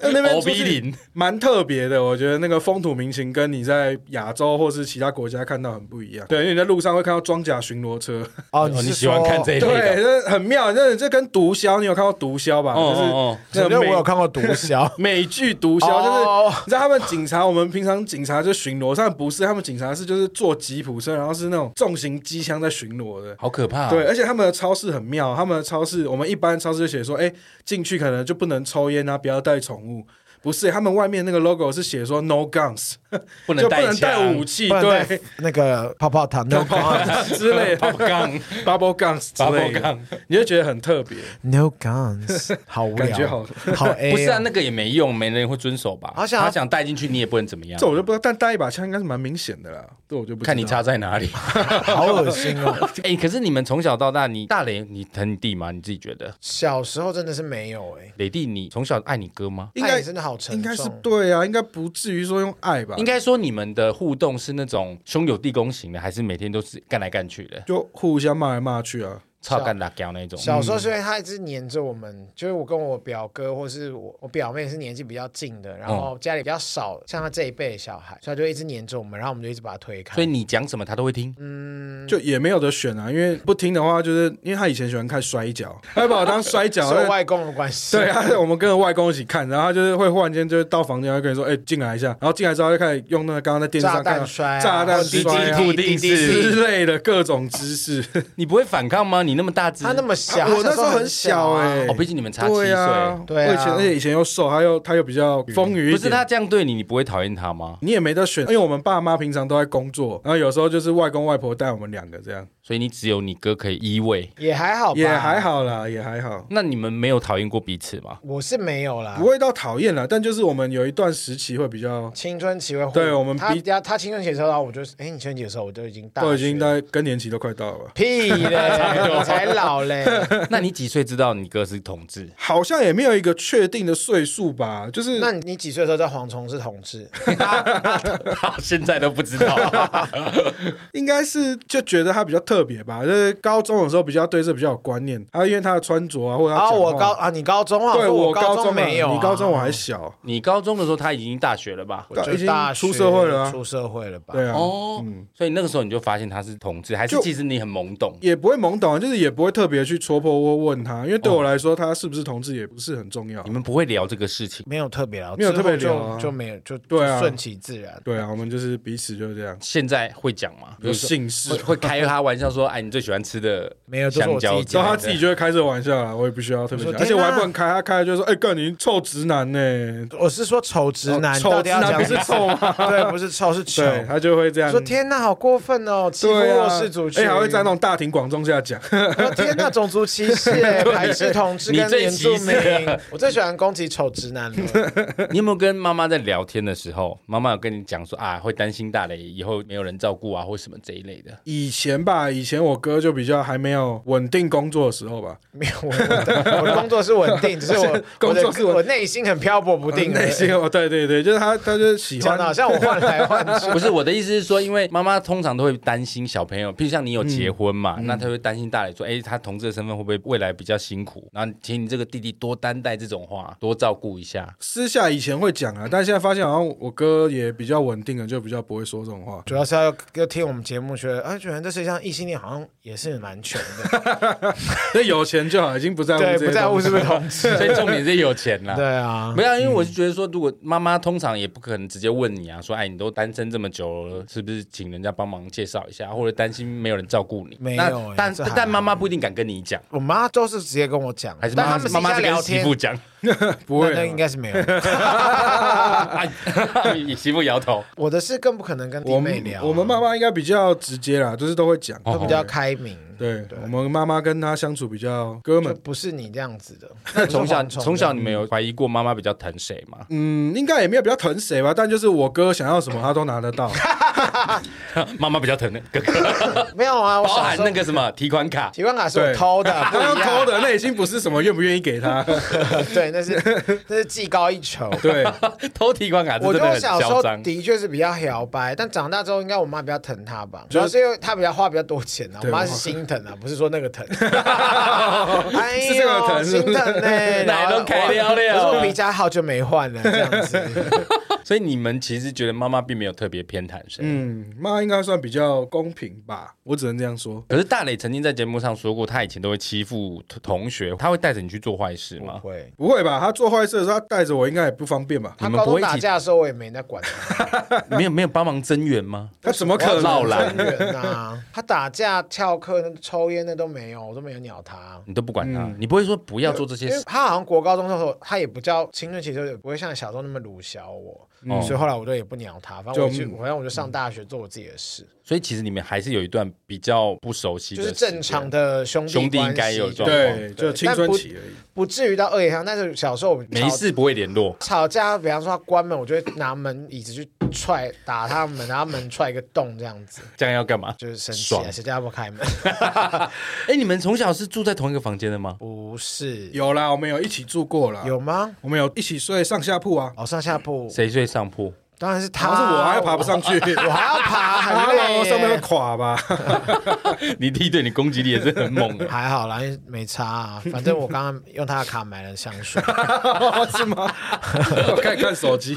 C: 那那边
A: O
C: 出
A: 哦 B
C: 去
A: 零，
C: 蛮特别的，我觉得那个风土民情跟你在亚洲或是其他国家看到很不一样。对，因为你在路上会看到装甲巡逻车，
B: 哦，
A: 哦你
B: 是
A: 喜欢看
B: 说
A: 这一类
C: 对，
A: 的？
C: 这很妙。这这跟毒枭，你有看过毒枭吧？
A: 哦哦
C: 就是
B: 我觉
C: 那
B: 得
C: 个
B: 我
C: 美，
B: 有看过毒枭
C: 美剧毒枭，就是
B: 哦
C: 你知道他们警察，我们平常警察就巡逻，他们不是，他们警察是就是坐吉普车，然后是那种重型机枪在巡逻的。
A: 好可怕哦！
C: 对，而且他们的超市很妙，他们的超市我们一般超市就写说，哎、进去可能就不能抽烟啊，不要带宠物。不是，他们外面那个 logo 是写说 no guns，
A: 不能
C: 就不能带
A: 枪
C: 武器，
B: 不然
C: 对
B: 在那个泡泡糖，no
C: 之类的
A: 杠
C: bubble guns 之
A: ，bubble
C: 类的，
A: 杠，
C: 你就觉得很特别，
B: guns，no guns，好无聊，
C: 感觉好。
B: 好 A，
A: 不是啊，
B: 哦
A: 那个也没用，没人会遵守吧？
B: 好想要
A: 他想带进去，你也不能怎么样
C: 这。我就不知道，但带一把枪应该是蛮明显的啦，这我就不知道
A: 看你差在哪
C: [LAUGHS]
A: 里。
B: 啊好恶心哦。
A: 哎，可是你们从小到大，你大雷，你疼你弟吗？你自己觉得？
B: 小时候真的是没有哎，
A: 雷弟，你从小爱你哥吗？
C: 应
B: 爱
C: 该
B: 你真的好沉重，
C: 应该是对啊，应该不至于说用爱吧，
A: 应该说你们的互动是那种兄友弟恭型的，还是每天都是干来干去的，
C: 就互相骂来骂去啊。
A: 操干打干那种？
B: 小时候，虽然他一直黏着我们，就是我跟我表哥或是我我表妹是年纪比较近的，然
C: 哦
B: 后家里比较少像他这一辈的小孩，所以他就一直黏着我们，然后我们就一直把他推开。
A: 所以你讲什么他都会听。
C: 嗯
B: 嗯
C: 就也没有得选啊，因为不听的话，就是因为他以前喜欢看摔跤，他就把我当摔
B: [LAUGHS]
C: 跤。
B: 受外公的关系，
C: 对啊，我们跟着外公一起看，然后他就是会忽然间就是到房间，他就跟你说：“哎、进来一下。”然后进来之后就开始用那个刚刚在电视
B: 炸
C: 上看
B: 弹
C: 到
B: 摔啊、
C: 炸弹摔啊
A: 固定式
C: 之类的各种
B: [LAUGHS]
C: 姿势。
A: 你不会反抗吗？你那么大只，
B: 他那么小，
C: 我那时候
B: 很
C: 很小
B: 啊
C: 哎、
A: 哦，毕竟你们差七
C: 对
A: 岁，
C: 啊，
B: 对啊
C: 我以前而且以前又瘦，他又他又比较丰腴一点。
A: 不是他这样对你，你不会讨厌他吗？
C: 你也没得选，因为我们爸妈平常都在工作，然后有时候就是外公外婆带我们两个这样，
A: 所以你只有你哥可以依偎。
B: 也还好吧，
C: 也还。好啦，也还好。
A: 那你们没有讨厌过彼此 [LAUGHS] 吗？
B: 我是没有啦
C: 不，会到讨厌啦，但就是我们有一段时期会比较，
B: 青春期会互
C: 对我们
B: 他
C: 比
B: 他他青春期的时候，然后我就哎，你青春期的时候我就已经大学
C: 都已经在更年期都快到了，
B: 屁嘞，
C: [LAUGHS]
B: 我才老嘞，
A: 那你几岁知道你哥是同志？ [LAUGHS]
C: 好像也没有一个确定的岁数吧，就是
B: 那你你几岁的时候在蝗虫是同志？
A: 他现在都不知 [LAUGHS] 道。
C: 应该是就觉得他比较特别吧，就是高中的时候比较对这比较有观念，啊，因为他的穿着啊，或者他
B: 啊，
C: 讲话
B: 我高啊，你高中啊，
C: 对
B: 说我
C: 高
B: 中
C: 啊
B: 没有啊，
C: 你高中我还小，
A: 你高中的时候他已经大学了吧？
C: 对
B: 就
C: 已经
B: 大学
C: 出社会了啊
B: 出社会了吧？
C: 对啊，
A: 哦，所以那个时候你就发现他是同志，还是
C: 就
A: 其实你很懵懂？
C: 也不会懵懂，啊就是也不会特别去戳破或问他，因为对我来说，他是不是同志也不是很重要
A: 你。们不会聊这个事情。
B: 没有特别聊，
C: 没有特别
B: 之后
C: 聊啊
B: 就就没有就
C: 对啊
B: 就顺其自然。
C: 对啊，我们就是彼此就是这样，
A: 现在会讲吗？比如
C: 有
A: 说
C: 姓氏
A: 会，会开他玩笑说：“ [LAUGHS] 哎，你最喜欢吃 [LAUGHS] 的
B: 没有这是
A: 香
B: 我
A: 蕉
B: 自己
A: 之
C: 然
A: 类的
C: 后他自己就会开这玩笑啊啦，我也不需要特别
B: 我
C: 讲，
B: 说
C: 而且我还
B: 天哪
C: 不能开，他开了就说：“哎，干你臭直男欸呢、
B: 我是说丑直男，
C: 哦丑
B: 到
C: 直
B: 底要
C: 男
B: 讲
C: 不是臭吗？
B: [LAUGHS] 对，不是丑是丑。
C: 对， [LAUGHS] 他就会这样
B: 说。天哪，好过分哦，欺负
C: 对
B: 弱
C: 啊，
B: 势族群，
C: 哎，还会在那种大庭广众下讲， [LAUGHS]
B: 说天哪，种族歧视、哎排斥同志
A: 你
B: 跟
A: 最
B: 原住
A: 歧
B: 民
C: 啊
A: 视，
B: 我最喜欢攻击丑直男
C: [LAUGHS]
B: 了。
A: 你有没有跟妈妈在聊天的时候，妈妈有跟你讲说啊，会担心大雷以后没有人照顾啊，或什么这一类的？
C: 以前吧，以前我哥就比较还没有稳定工作的时候吧，
B: 没有，我 [LAUGHS] 我的我的工作是稳定，只是我
C: 工作
B: 我
C: 是
B: 的
C: 稳
B: 我内心很漂泊不定而已，
C: 内心哦，对对对，就是他，他就喜
B: 讲
C: 欢
B: 的好像我换来换 [LAUGHS] 去。
A: 不是我的意思是说，因为妈妈通常都会担心小朋友，譬如像你有
B: 嗯
A: 结婚嘛，那她会担心大磊说，哎、他同志的身份会不会未来比较辛苦？然后请你这个弟弟多担待这种话，多照顾一
B: [LAUGHS]
A: 下。
C: 私下以前会讲啊，但现在发现好像我哥也比较稳定了，就比较不会说这种话。 [LAUGHS]
B: 主要是要要听我们节目学，哎，觉得这世界上异性恋好像也是蛮穷的，
C: 那有钱就好，已经不在乎
B: [LAUGHS] 对，
C: 这些
B: 不在乎
C: 东西
B: 是不是同志，
A: 所以重点是有钱啦。
B: 对啊
A: 没，有啊，因为我是觉得说，如果妈妈通常也不可能直接问你啊，说哎，你都单身这么久了，是不是请人家帮忙介绍一下，或者担心没有人照顾你？
B: 没
A: 那
B: 有欸
A: 但
B: 这还好
A: 但妈妈不一定敢跟你讲，
B: 我妈都是直接跟我讲，
A: 还是
B: 但
A: 妈
B: 他们
A: 妈妈
B: 私
A: 是
B: 下聊
A: 跟媳
B: 天
A: 妇，
B: [LAUGHS]
A: 讲，
C: [LAUGHS] 不会
B: 那那应
C: 啊。
B: 该是 [LAUGHS] 没有。
A: 哎 [LAUGHS] 你媳妇摇头。
B: 我的是更不可能跟弟
C: 我
B: 妹
C: 们
B: 聊啊，
C: 我们妈妈应该比较直接啦，就是都会讲。
A: 哦
B: 都比较开明，
C: 对，我们妈妈跟她相处比较哥
B: 就
C: 们，
B: 不是你这样子的。嗯
A: 那 [LAUGHS] 从小
B: 不是蝗虫
A: 从小你们有怀疑过妈妈比较疼谁吗？ [LAUGHS]
C: 嗯，应该也没有比较疼谁吧，但就是我哥想要什么他都拿得到。
A: 妈妈比较疼哥哥，
B: 没有 [LAUGHS] 啊，我
A: 包
B: 小
A: 含
B: 时候
A: 那个什么 [LAUGHS] 提款卡。
B: 提款卡是我偷 [LAUGHS] 的，不
C: 他
B: 一
C: 要
B: 样
C: 偷，的，那已经不是什么愿不愿意给他。
B: 对，那是那是技高一 [LAUGHS] 筹。
C: 对，
A: 偷提款卡，这
B: 我
A: 真
B: 觉
A: 的
B: 得
A: 很
B: 我小时候
A: 嚣张。
B: 的确是比较摇摆，但长大之后应该我妈比较疼她吧，主要是因为她比较花比较多钱啊，我
C: 对
B: 妈是新疼啊，不是说那个疼。哎
C: 是这个疼
B: 呦心疼呢、
A: 奶都开了了
B: 可是我皮夹好久没换了，这样子。
A: [LAUGHS] 所以你们其实觉得妈妈并没有特别偏袒谁。
C: 嗯，妈应该算比较公平吧，我只能这样说。
A: 可是大磊曾经在节目上说过，他以前都会欺负同学，他会带着你去做坏事吗？
B: 会，
C: 不会吧？他做坏事的时候，他带着我应该也不方便吧？
B: 他
A: 你们
B: 高
A: 不会
B: 中
A: 一起
B: 打架的时候我也没在管他，
A: [LAUGHS] 没有没有帮忙增援吗？
C: 他怎么可
A: 闹
C: 能？
A: 篮
B: 人啊，他打架、翘课、那抽烟那都没有，我都没有鸟他。
A: 你都不管他，
B: 嗯
A: 你不会说不要做这些
B: 因为
A: 事，
B: 他好像国高中的时候，他也不叫青春期，就是不会像小时候那么鲁小我，
A: 嗯
B: 所以后来我就也不鸟他，反正我
C: 就
B: 就反正我就上大学做我自己的事，
A: 所以其实你们还是有一段比较不熟悉
B: 就
A: 的，
B: 是正常。的兄弟
A: 兄弟
B: 关
A: 应该
B: 系
A: 有状况
C: 对，就青春期而已。
B: 不至于到恶言相向，但是小时候我们
A: 没事不会联络，
B: 吵架，比方说他关门，我就会拿门椅子去踹打他门，然后门踹一个洞这样子，
A: 这样要干嘛？
B: 就是生气
A: 爽
B: 啊，谁叫他不开门？
A: 哎，你们从小是住在同一个房间的吗？
B: 不是
C: 有啦，我们有一起住过啦，
B: 有吗？
C: 我们有一起睡上下铺啊。
B: 哦，上下铺
A: 谁睡上铺？
B: 当然是
C: 好
B: 他，
C: 像是我啊还爬不
B: 我
C: 上去，
B: 我还要爬，很累
C: ，Hello，
B: 耶
C: 上面会垮吧？
A: 你弟对你攻击力也是很猛 [LAUGHS] 的。
B: 还好啦，因为没
A: [LAUGHS]
B: 差啊。反正我刚刚用他的卡买了香水，
C: 是吗？我看看
A: [LAUGHS]
C: 手机。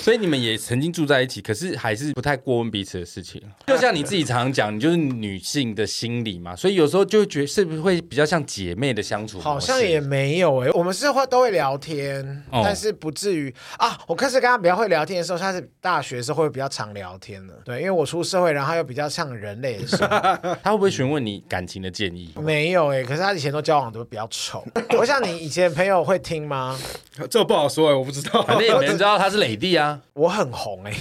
A: 所以你们也曾经住在一起，可是还是不太过问彼此的事情。就像你自己常常讲，你就是女性的心理嘛，所以有时候就会觉得是不是会比较像姐妹的相处模式？
B: 好像也没有哎、我们是会都会聊天，
A: 哦
B: 但是不至于啊。我开始跟他比较会聊天的时候，他是大学的时候会比较常聊天的，对，因为我出社会，然后他又比较像人类的时
A: [LAUGHS]
B: 候，
A: 他会不会询问你感情的建议？
B: 没有哎、可是他以前都交往都比较
A: [LAUGHS]
B: 丑。我想你以前朋友会听吗？
C: 这不好说哎、我不知道。
A: 反正也没人知道他是磊弟
B: [LAUGHS]
A: 啊。
B: 我很红
A: [LAUGHS]
B: 哎、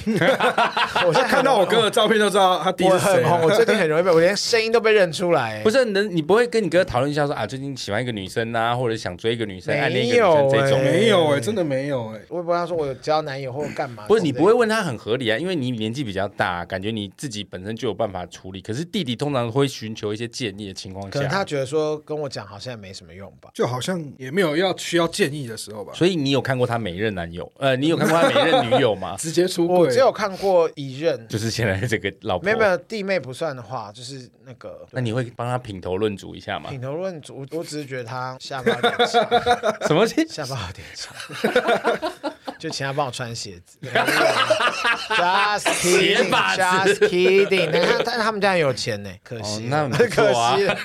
B: 我现在很
C: 看到我哥的照片就知道他弟
B: 我
C: 是谁啊
B: 很
C: 了、
B: 红，我最近很容易被我连声音都被认出来、欸。
A: 啊不是，你你不会跟你哥讨论一下说啊，最近喜欢一个女生啊，或者想追一个女生、
B: 没有
A: 暗恋一个女生这种？
B: 欸
C: 没有哎、真的没有哎、
B: 我也不跟他说我有交男友或者干嘛。
A: 不是你不会问他很合理啊，因为你年纪比较大，感觉你自己本身就有办法处理。可是弟弟通常会寻求一些建议的情况
B: 可能
A: 下
B: 他，觉得说跟我讲好像也没什么用吧。
C: 就好像也没有要需要建议的时候吧，？
A: 所以你有看过他每一任男
B: [LAUGHS]
A: 友？呃，你有看过他每一任女友吗
C: 直接出
B: 我
C: 柜
B: 只。有看过一任，
A: 就是现在这个老婆。
B: 没有没有弟妹不算的话，就是那个
A: 那你会帮他品头论足一下吗？
B: 品头论足，我我只是觉得他下巴有点长， [LAUGHS]
A: 什么事？
B: 下巴有点长，就请他帮我穿鞋子。Just
A: [LAUGHS] 鞋把子
B: kidding，Just kidding。但是但是他们家很有钱呢，可
A: 哦
B: 惜，
A: 那
B: [LAUGHS]
A: 很不
B: 可
A: 错啊
B: 惜了，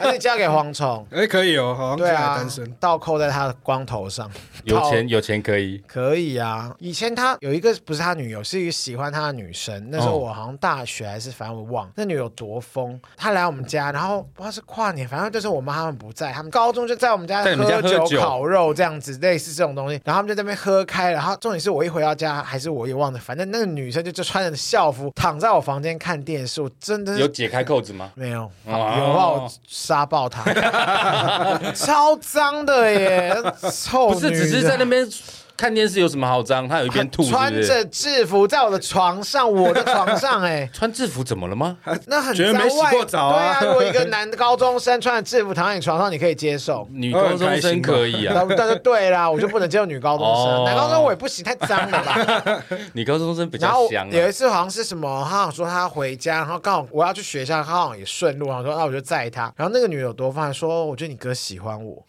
B: 而且嫁给蝗
C: [LAUGHS]
B: 虫。
C: 哎、可以哦，好像
B: 对
C: 现在
B: 啊
C: 单身。，
B: 倒扣在他的光头上，
A: 有
B: 套
A: 钱有钱可以。
B: 可以啊，以前他有一个不是他女友，是一个喜欢他的女生。那时候
A: 哦
B: 我好像大学还是反正我忘了，那女友多疯，她来我们家，然后不知道是跨年，反正就是我妈他们不在，他们高中就在我们家
A: 在你们家喝
B: 酒
A: 酒
B: 烤肉这样子，类似这种东西。然后他们就在那边喝开了，然后重点是我一回到家，还是我也忘了，反正那个女生就就穿着校服躺在我房间看电视，我真的
A: 有
B: 是。
A: 解开扣子吗？
B: 没有，有
A: 哦
B: 啊，我杀爆她， [LAUGHS] 超脏的耶，臭
A: 不是，
B: 女
A: 只是
B: 的
A: 在那边看电视有什么好脏？他有一 [LAUGHS] 边吐，是
B: 穿
A: 不是？。
B: 着制服在我的床上，我的床上、哎
A: [LAUGHS] 穿制服怎么了吗？。
B: 那 [LAUGHS] 很
C: 觉得
B: 脏
C: 没洗
B: 外
C: 过澡啊
B: 对啊，如果一个男高中生穿着制服躺在你床上，你可以接受
A: [LAUGHS] 女高中生可以
B: [LAUGHS]
A: 啊，
B: 那那就对啦，我就不能接受女高中
A: 哦
B: 生，啊男高中我也不行，太脏了
A: [LAUGHS]
B: 吧。
A: 女高中生比
B: 然后
A: [LAUGHS] 较香、啊。
B: 有一次好像是什么，他好像说他回家，然后刚好我要去学校，他好像也顺路，然后说那我就载他。然后那个女友多放说，哦我觉得你哥喜欢
A: [LAUGHS]
B: 我。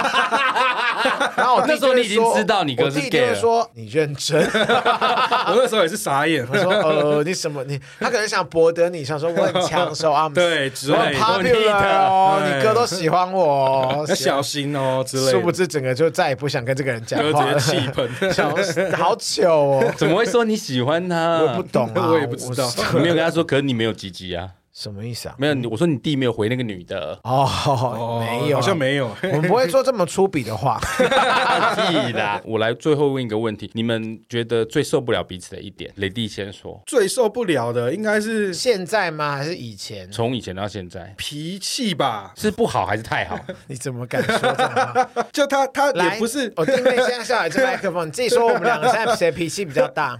B: [LAUGHS] 然后我弟
A: 啊那时候
B: 就会
A: 你已经
B: 说
A: 知道你哥
B: 我
A: 是
B: 弟
A: gay
B: 就会
A: 了
B: 说你认真。 [LAUGHS]
C: 我那时候也是傻眼，
B: 我说呃，你什么你？他可能想博得你，想说
A: [LAUGHS]
B: 我很抢手啊，
C: 对之
B: 我
C: 类
B: 很
C: 的，
B: popular 哦，
C: 对
B: 你哥都喜欢我哦，
C: [LAUGHS] 要
B: 喜欢
C: 小心哦之类
B: 殊不
C: 的。
B: 知整个就再也不想跟这个人讲
C: 哥
B: 话了，
C: 直接气喷啊
B: 想说好糗
C: [LAUGHS]
B: 哦，
A: 怎么会说你喜欢他？
B: 我也不懂啊，
C: 我也不 [LAUGHS] 知道
A: 你没有跟他说，可是你没有鸡鸡啊？
B: 什么意思啊？，
A: 没有，你我说你弟没有回那个女的
C: [LAUGHS]
B: 哦，没有，
C: 好像。没有。
B: 我们不会说这么粗鄙的话， [LAUGHS]
A: 屁啦！我来最后问一个问题，你们觉得最受不了彼此的一点？雷弟先说，
C: 最受不了的应该是
B: 现在吗？还是以前？
A: 从以前到现在
C: 脾气吧，
A: 是不好还是
C: [LAUGHS]
A: 太好？
B: 你怎么敢说这种话？
C: 就他他
B: 来，
C: [LAUGHS] 也不是
B: 我弟妹现在下来这麦克风，你自己说我们两个现在谁脾气比较大？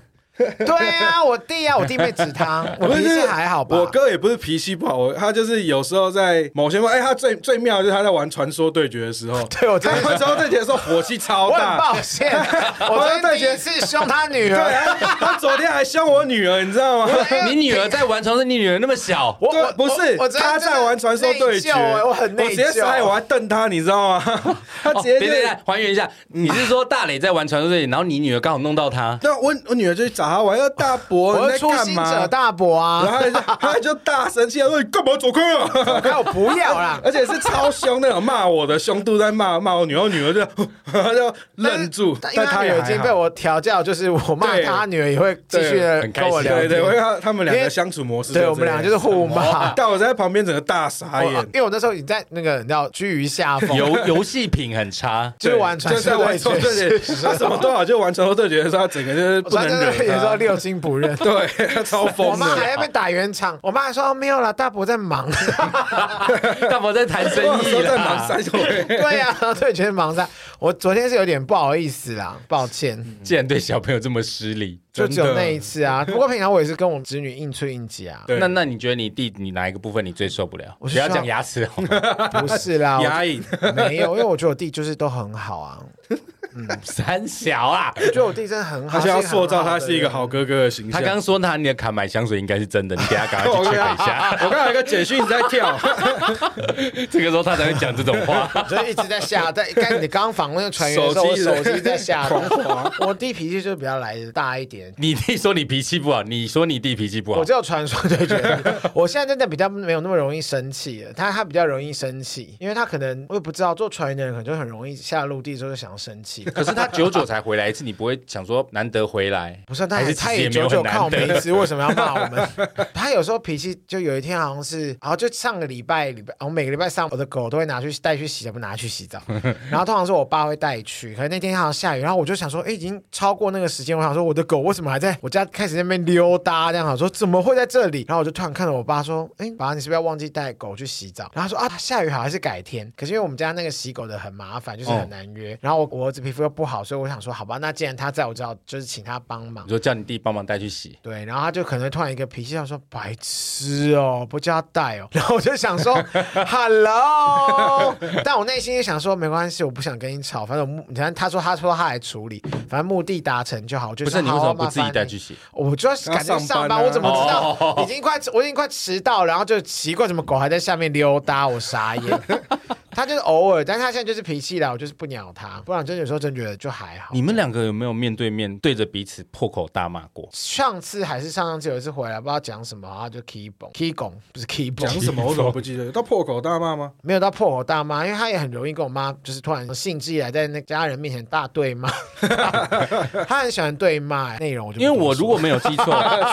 B: 对啊，我弟啊，我弟妹指他，我
C: 不
B: 脾
C: 是
B: 气还好吧？
C: 我哥也不是脾气不好，我他就是有时候在某些方，哎、他最最妙的就是他在玩传说对决的时候，
B: [LAUGHS] 对我真
C: 他
B: 的
C: 玩传说对决的时候火气超
B: 我很
C: 大。
B: 抱歉，
C: [LAUGHS]
B: 我真的第一次凶他女
C: 对，啊
B: 儿。
C: 他他昨天还凶我女儿，你知道吗？
D: 你女儿在玩床上，你女儿那么小，
B: 我
C: 对
B: 我
C: 不是
B: 我我真的
C: 他在玩传说对决，
B: 内疚欸我很内疚，哦
C: 我直接傻眼，我还瞪他，你知道
B: [LAUGHS]
C: 吗？他
D: 别
A: 哦
C: 直接就
D: 别别，还原一下，你是说大磊在玩传说对决，然后你女儿刚好弄到
C: [LAUGHS]
D: 他，
C: 对，啊我我女儿就去找他玩，要大伯
B: 我
C: 你
B: 是
C: 在
B: 初
C: 干
B: 心者
C: 嘛？
B: 大伯
C: 然
B: 啊，
C: 后他
B: [LAUGHS]
C: 就他就大生气，他说你干嘛走开啊？。
B: 还有不要啦
C: [LAUGHS] 而且是超凶那种骂我的凶度在骂骂我女儿，我女儿就 [LAUGHS] 就愣住，
B: 但因
C: 但
B: 为他
C: 她
B: 女
C: 也
B: 儿已
C: 还
B: 经
C: 好
B: 被我调教，就是我骂
C: 对
B: 他，他女儿也会继续
C: 对
B: 的
A: 很开
B: 跟
A: 心
B: 我聊
C: 对
B: 天。
C: 对，我看他们两
B: 因
C: 个
B: 为
C: 相处模式，
B: 对我们俩就是互骂。
C: 但我在旁边整个大傻
B: 我
C: 眼
B: 因。为我那时候已经在那个你知道居于下风，
D: 游游戏品很差。
B: 就是玩传
C: 就是在
B: 说
C: 玩
B: 对
C: 传说对
B: 决，
C: 决，他什么都好，就玩传说对决的时候，他整个就是不
B: 传
C: 能
B: 说对决
C: 惹
B: 有时候
C: 他。
B: 六亲不认。
C: 对， [LAUGHS] 他超
B: 我
C: 疯
B: 妈还在
C: 的。
B: 被打圆场，我妈还说、哦、没有啦，大伯在忙。
D: 大伯在谈生
C: [LAUGHS] 我
D: 意
C: 说在忙
D: 啦，
C: 三小 [LAUGHS] 位，
B: 对呀、啊，对，全忙上。我昨天是有点不好意思啦，抱歉，
A: 竟然对小朋友这么失礼。
B: 就只有
C: 嗯真的
B: 那一次啊。不过平常我也是跟我侄女应吹应挤
C: [LAUGHS]
B: 啊，
C: 对
A: 那那你觉得你弟你哪一个部分你最受不了？
B: 我
A: 不
B: 是
A: 要
B: 说
A: 讲牙
B: [LAUGHS]
A: 齿哦，
B: 不是
A: [LAUGHS]
B: 啦，[LAUGHS]
C: 牙龈
B: 我没有，因为我觉得我弟就是都很好啊，
A: 三小啊。
B: 我觉得我弟真的很好，
C: [LAUGHS] 他想要
B: 是一个很
C: 塑造
B: 好
C: 他
B: 的
C: 是一个
B: 人
C: 好哥哥的形
A: 他
C: 象。
A: 刚刚说他你的卡买香水应该是真的，你等一下
B: [LAUGHS]
A: 赶快
C: 我
A: 去 check
C: 刚
A: 一下。 [LAUGHS]
C: 我刚有一个简讯在跳，
A: 这个时候他才会讲这种
B: [LAUGHS]
A: 话。
B: 就一直在下，在刚你刚访问船员的时候，
C: 手
B: 我
C: 机的
B: 手机在下。我弟脾气就比较来的大一点。
A: 你弟说你脾气不好，你说你弟脾气不好
B: 我只，有传说对决，我现在真的比较没有那么容易生气了。他他比较容易生气，因为他可能我也不知道，做船员的人可能就很容易下陆地之后就想要生气。
A: 可是他久久才回来一次，你不会想说难得回来？
B: 不是，他
A: 还
B: 也
A: 是
B: 他
A: 其实
B: 也
A: 也没有
B: 久久
A: 很难
B: 看我们
A: 得
B: 一次，为什么要骂我
A: [LAUGHS]
B: 们？他有时候脾气就有一天好像是，然后就上个礼拜礼拜，我每个礼拜上我的狗都会拿去带去洗澡，不拿去洗澡，然后通常是我爸会带去，可是那天好像下雨，然后我就想说，哎，已经超过那个时间，我想说我的狗为什么还在我家开始在那边溜达？这样好说怎么会在这里？然后我就突然看到我爸说，哎，爸，你是不是要忘记带狗去洗澡？然后他说啊，下雨好还是改天？可是因为我们家那个洗狗的很麻烦，就是很难约，然后我我儿子皮肤又不好，所以我想说，好吧，那既然他在我知道，就是请他帮忙
A: 你。说叫你弟帮忙带去洗，
B: 对，然后他就可能突然一个脾气，他说白痴哦，不叫他带哦。 [LAUGHS] 然后我就想说
A: [LAUGHS]
B: ，Hello，但 [LAUGHS] 我内心也想说，没关系，我不想跟你吵，反正我目，你看他说他说他来处理，反正目的达成就好。我就
A: 不是
B: 说
A: 你为什
B: 好
A: 么
B: 啊
A: 不自己带？
B: 麻烦
A: 去
B: 你
A: 洗？
B: 我就是感觉
C: 他上
B: 上
C: 班
B: 班，
C: 啊
B: 我怎么知
A: 哦
B: 道？已经快我已经快迟到，然后就奇怪，怎么狗还在下面溜达？我傻眼。 [LAUGHS] 他就是偶尔，但是他现在就是脾气啦，我就是不鸟他，不然真的有时候真觉得就还好。
A: 你们两个有没有面对面对着彼此破口大骂过？
B: 上次还是上上次有一次回来，不知道讲什么，然后就 key 崩 key 拱，不是 key
C: 讲
B: 崩，
C: 什么我怎么不记得？到破口大
B: [LAUGHS]
C: 骂吗？
B: 没有到破口大骂，因为他也很容易跟我妈就是突然兴致一来，在那家人面前大对骂， [LAUGHS] 他很喜欢对骂内容，我就不
A: 因为我
B: 多说
A: 如果没有记
B: [LAUGHS]
A: 错，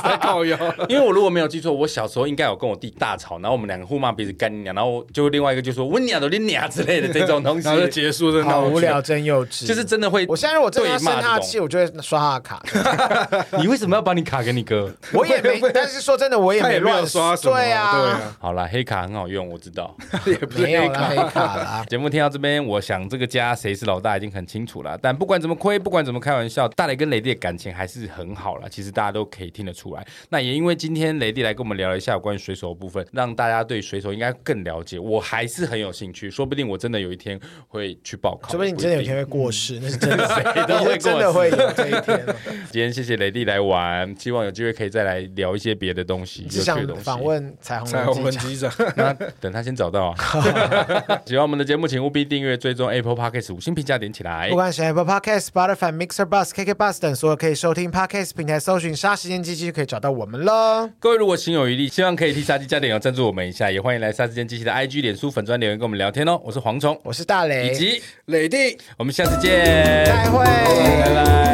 C: 在靠腰。
A: [LAUGHS] 因为我如果没有记错，我小时候应该有跟我弟大吵，然后我们两个互骂彼此干你娘，然后就另外一个就说我娘都你娘之类的这种东西
B: [LAUGHS]
C: 然，后就结束这
B: 好
C: 闹
B: 无
C: 剧，
B: 聊，真幼稚，
A: 就是。真的会
B: 我。现在如果真的要
A: 对
B: 生
A: 骂
B: 他的
A: 这种
B: 气，我就会刷他的卡。 [LAUGHS]
A: 你为什么要把你卡给你哥？
B: 我也没，但是说真的，我也
C: 他也没
B: 乱
C: 有刷什么，
B: 对
C: 对
B: 啊，
C: 啊，
A: 好啦，黑卡很好用，我知道。
C: 也不是
B: 没有
C: 黑
B: 啦，
C: 卡
B: 黑。
A: [LAUGHS]
B: 卡啦。
A: 节目听到这边，我想这个家谁是老大已经很清楚了。但不管怎么亏，不管怎么开玩笑，大雷跟雷弟的感情还是很好了。其实大家都可以听得出来。那也因为今天雷弟来跟我们聊一下有关于水手的部分，让大家对水手应该更了解。我还是很有兴趣，说不定我真的有一天会去报考。
B: 除非你真的有一
A: 不一定
B: 天会过世，那是真的，
A: 谁都会过世
B: 你是真的会有这一天哦。
A: 今天谢谢雷弟来玩，希望有机会可以再来聊一些别的东西，
B: 你
A: 有
B: 只
A: 趣的
B: 想
A: 东西。
B: 访问彩虹
C: 彩虹
B: 人
C: 文
B: 机场
C: 机长，
A: 那等他先找
B: [LAUGHS]
A: 到啊。喜欢我们的节目，请务必订阅、追踪 Apple Podcast 五星评价点起来
B: 不。管是 Apple Podcast、Spotify、Mixer、Bus、KK Bus 等所有可以收听 Podcast 平台，搜寻“杀时间机器”就可以找到我们喽。
A: 各位如果心有余力，希望可以替杀鸡加点油赞助我们一下，也欢迎来杀鸡间机器的 IG、脸书粉专留言跟我们聊天哦。我是蝗虫，
B: 我是大雷，
A: 以及
C: 磊弟。
A: 我们下次见，
B: 再会。
A: 拜拜。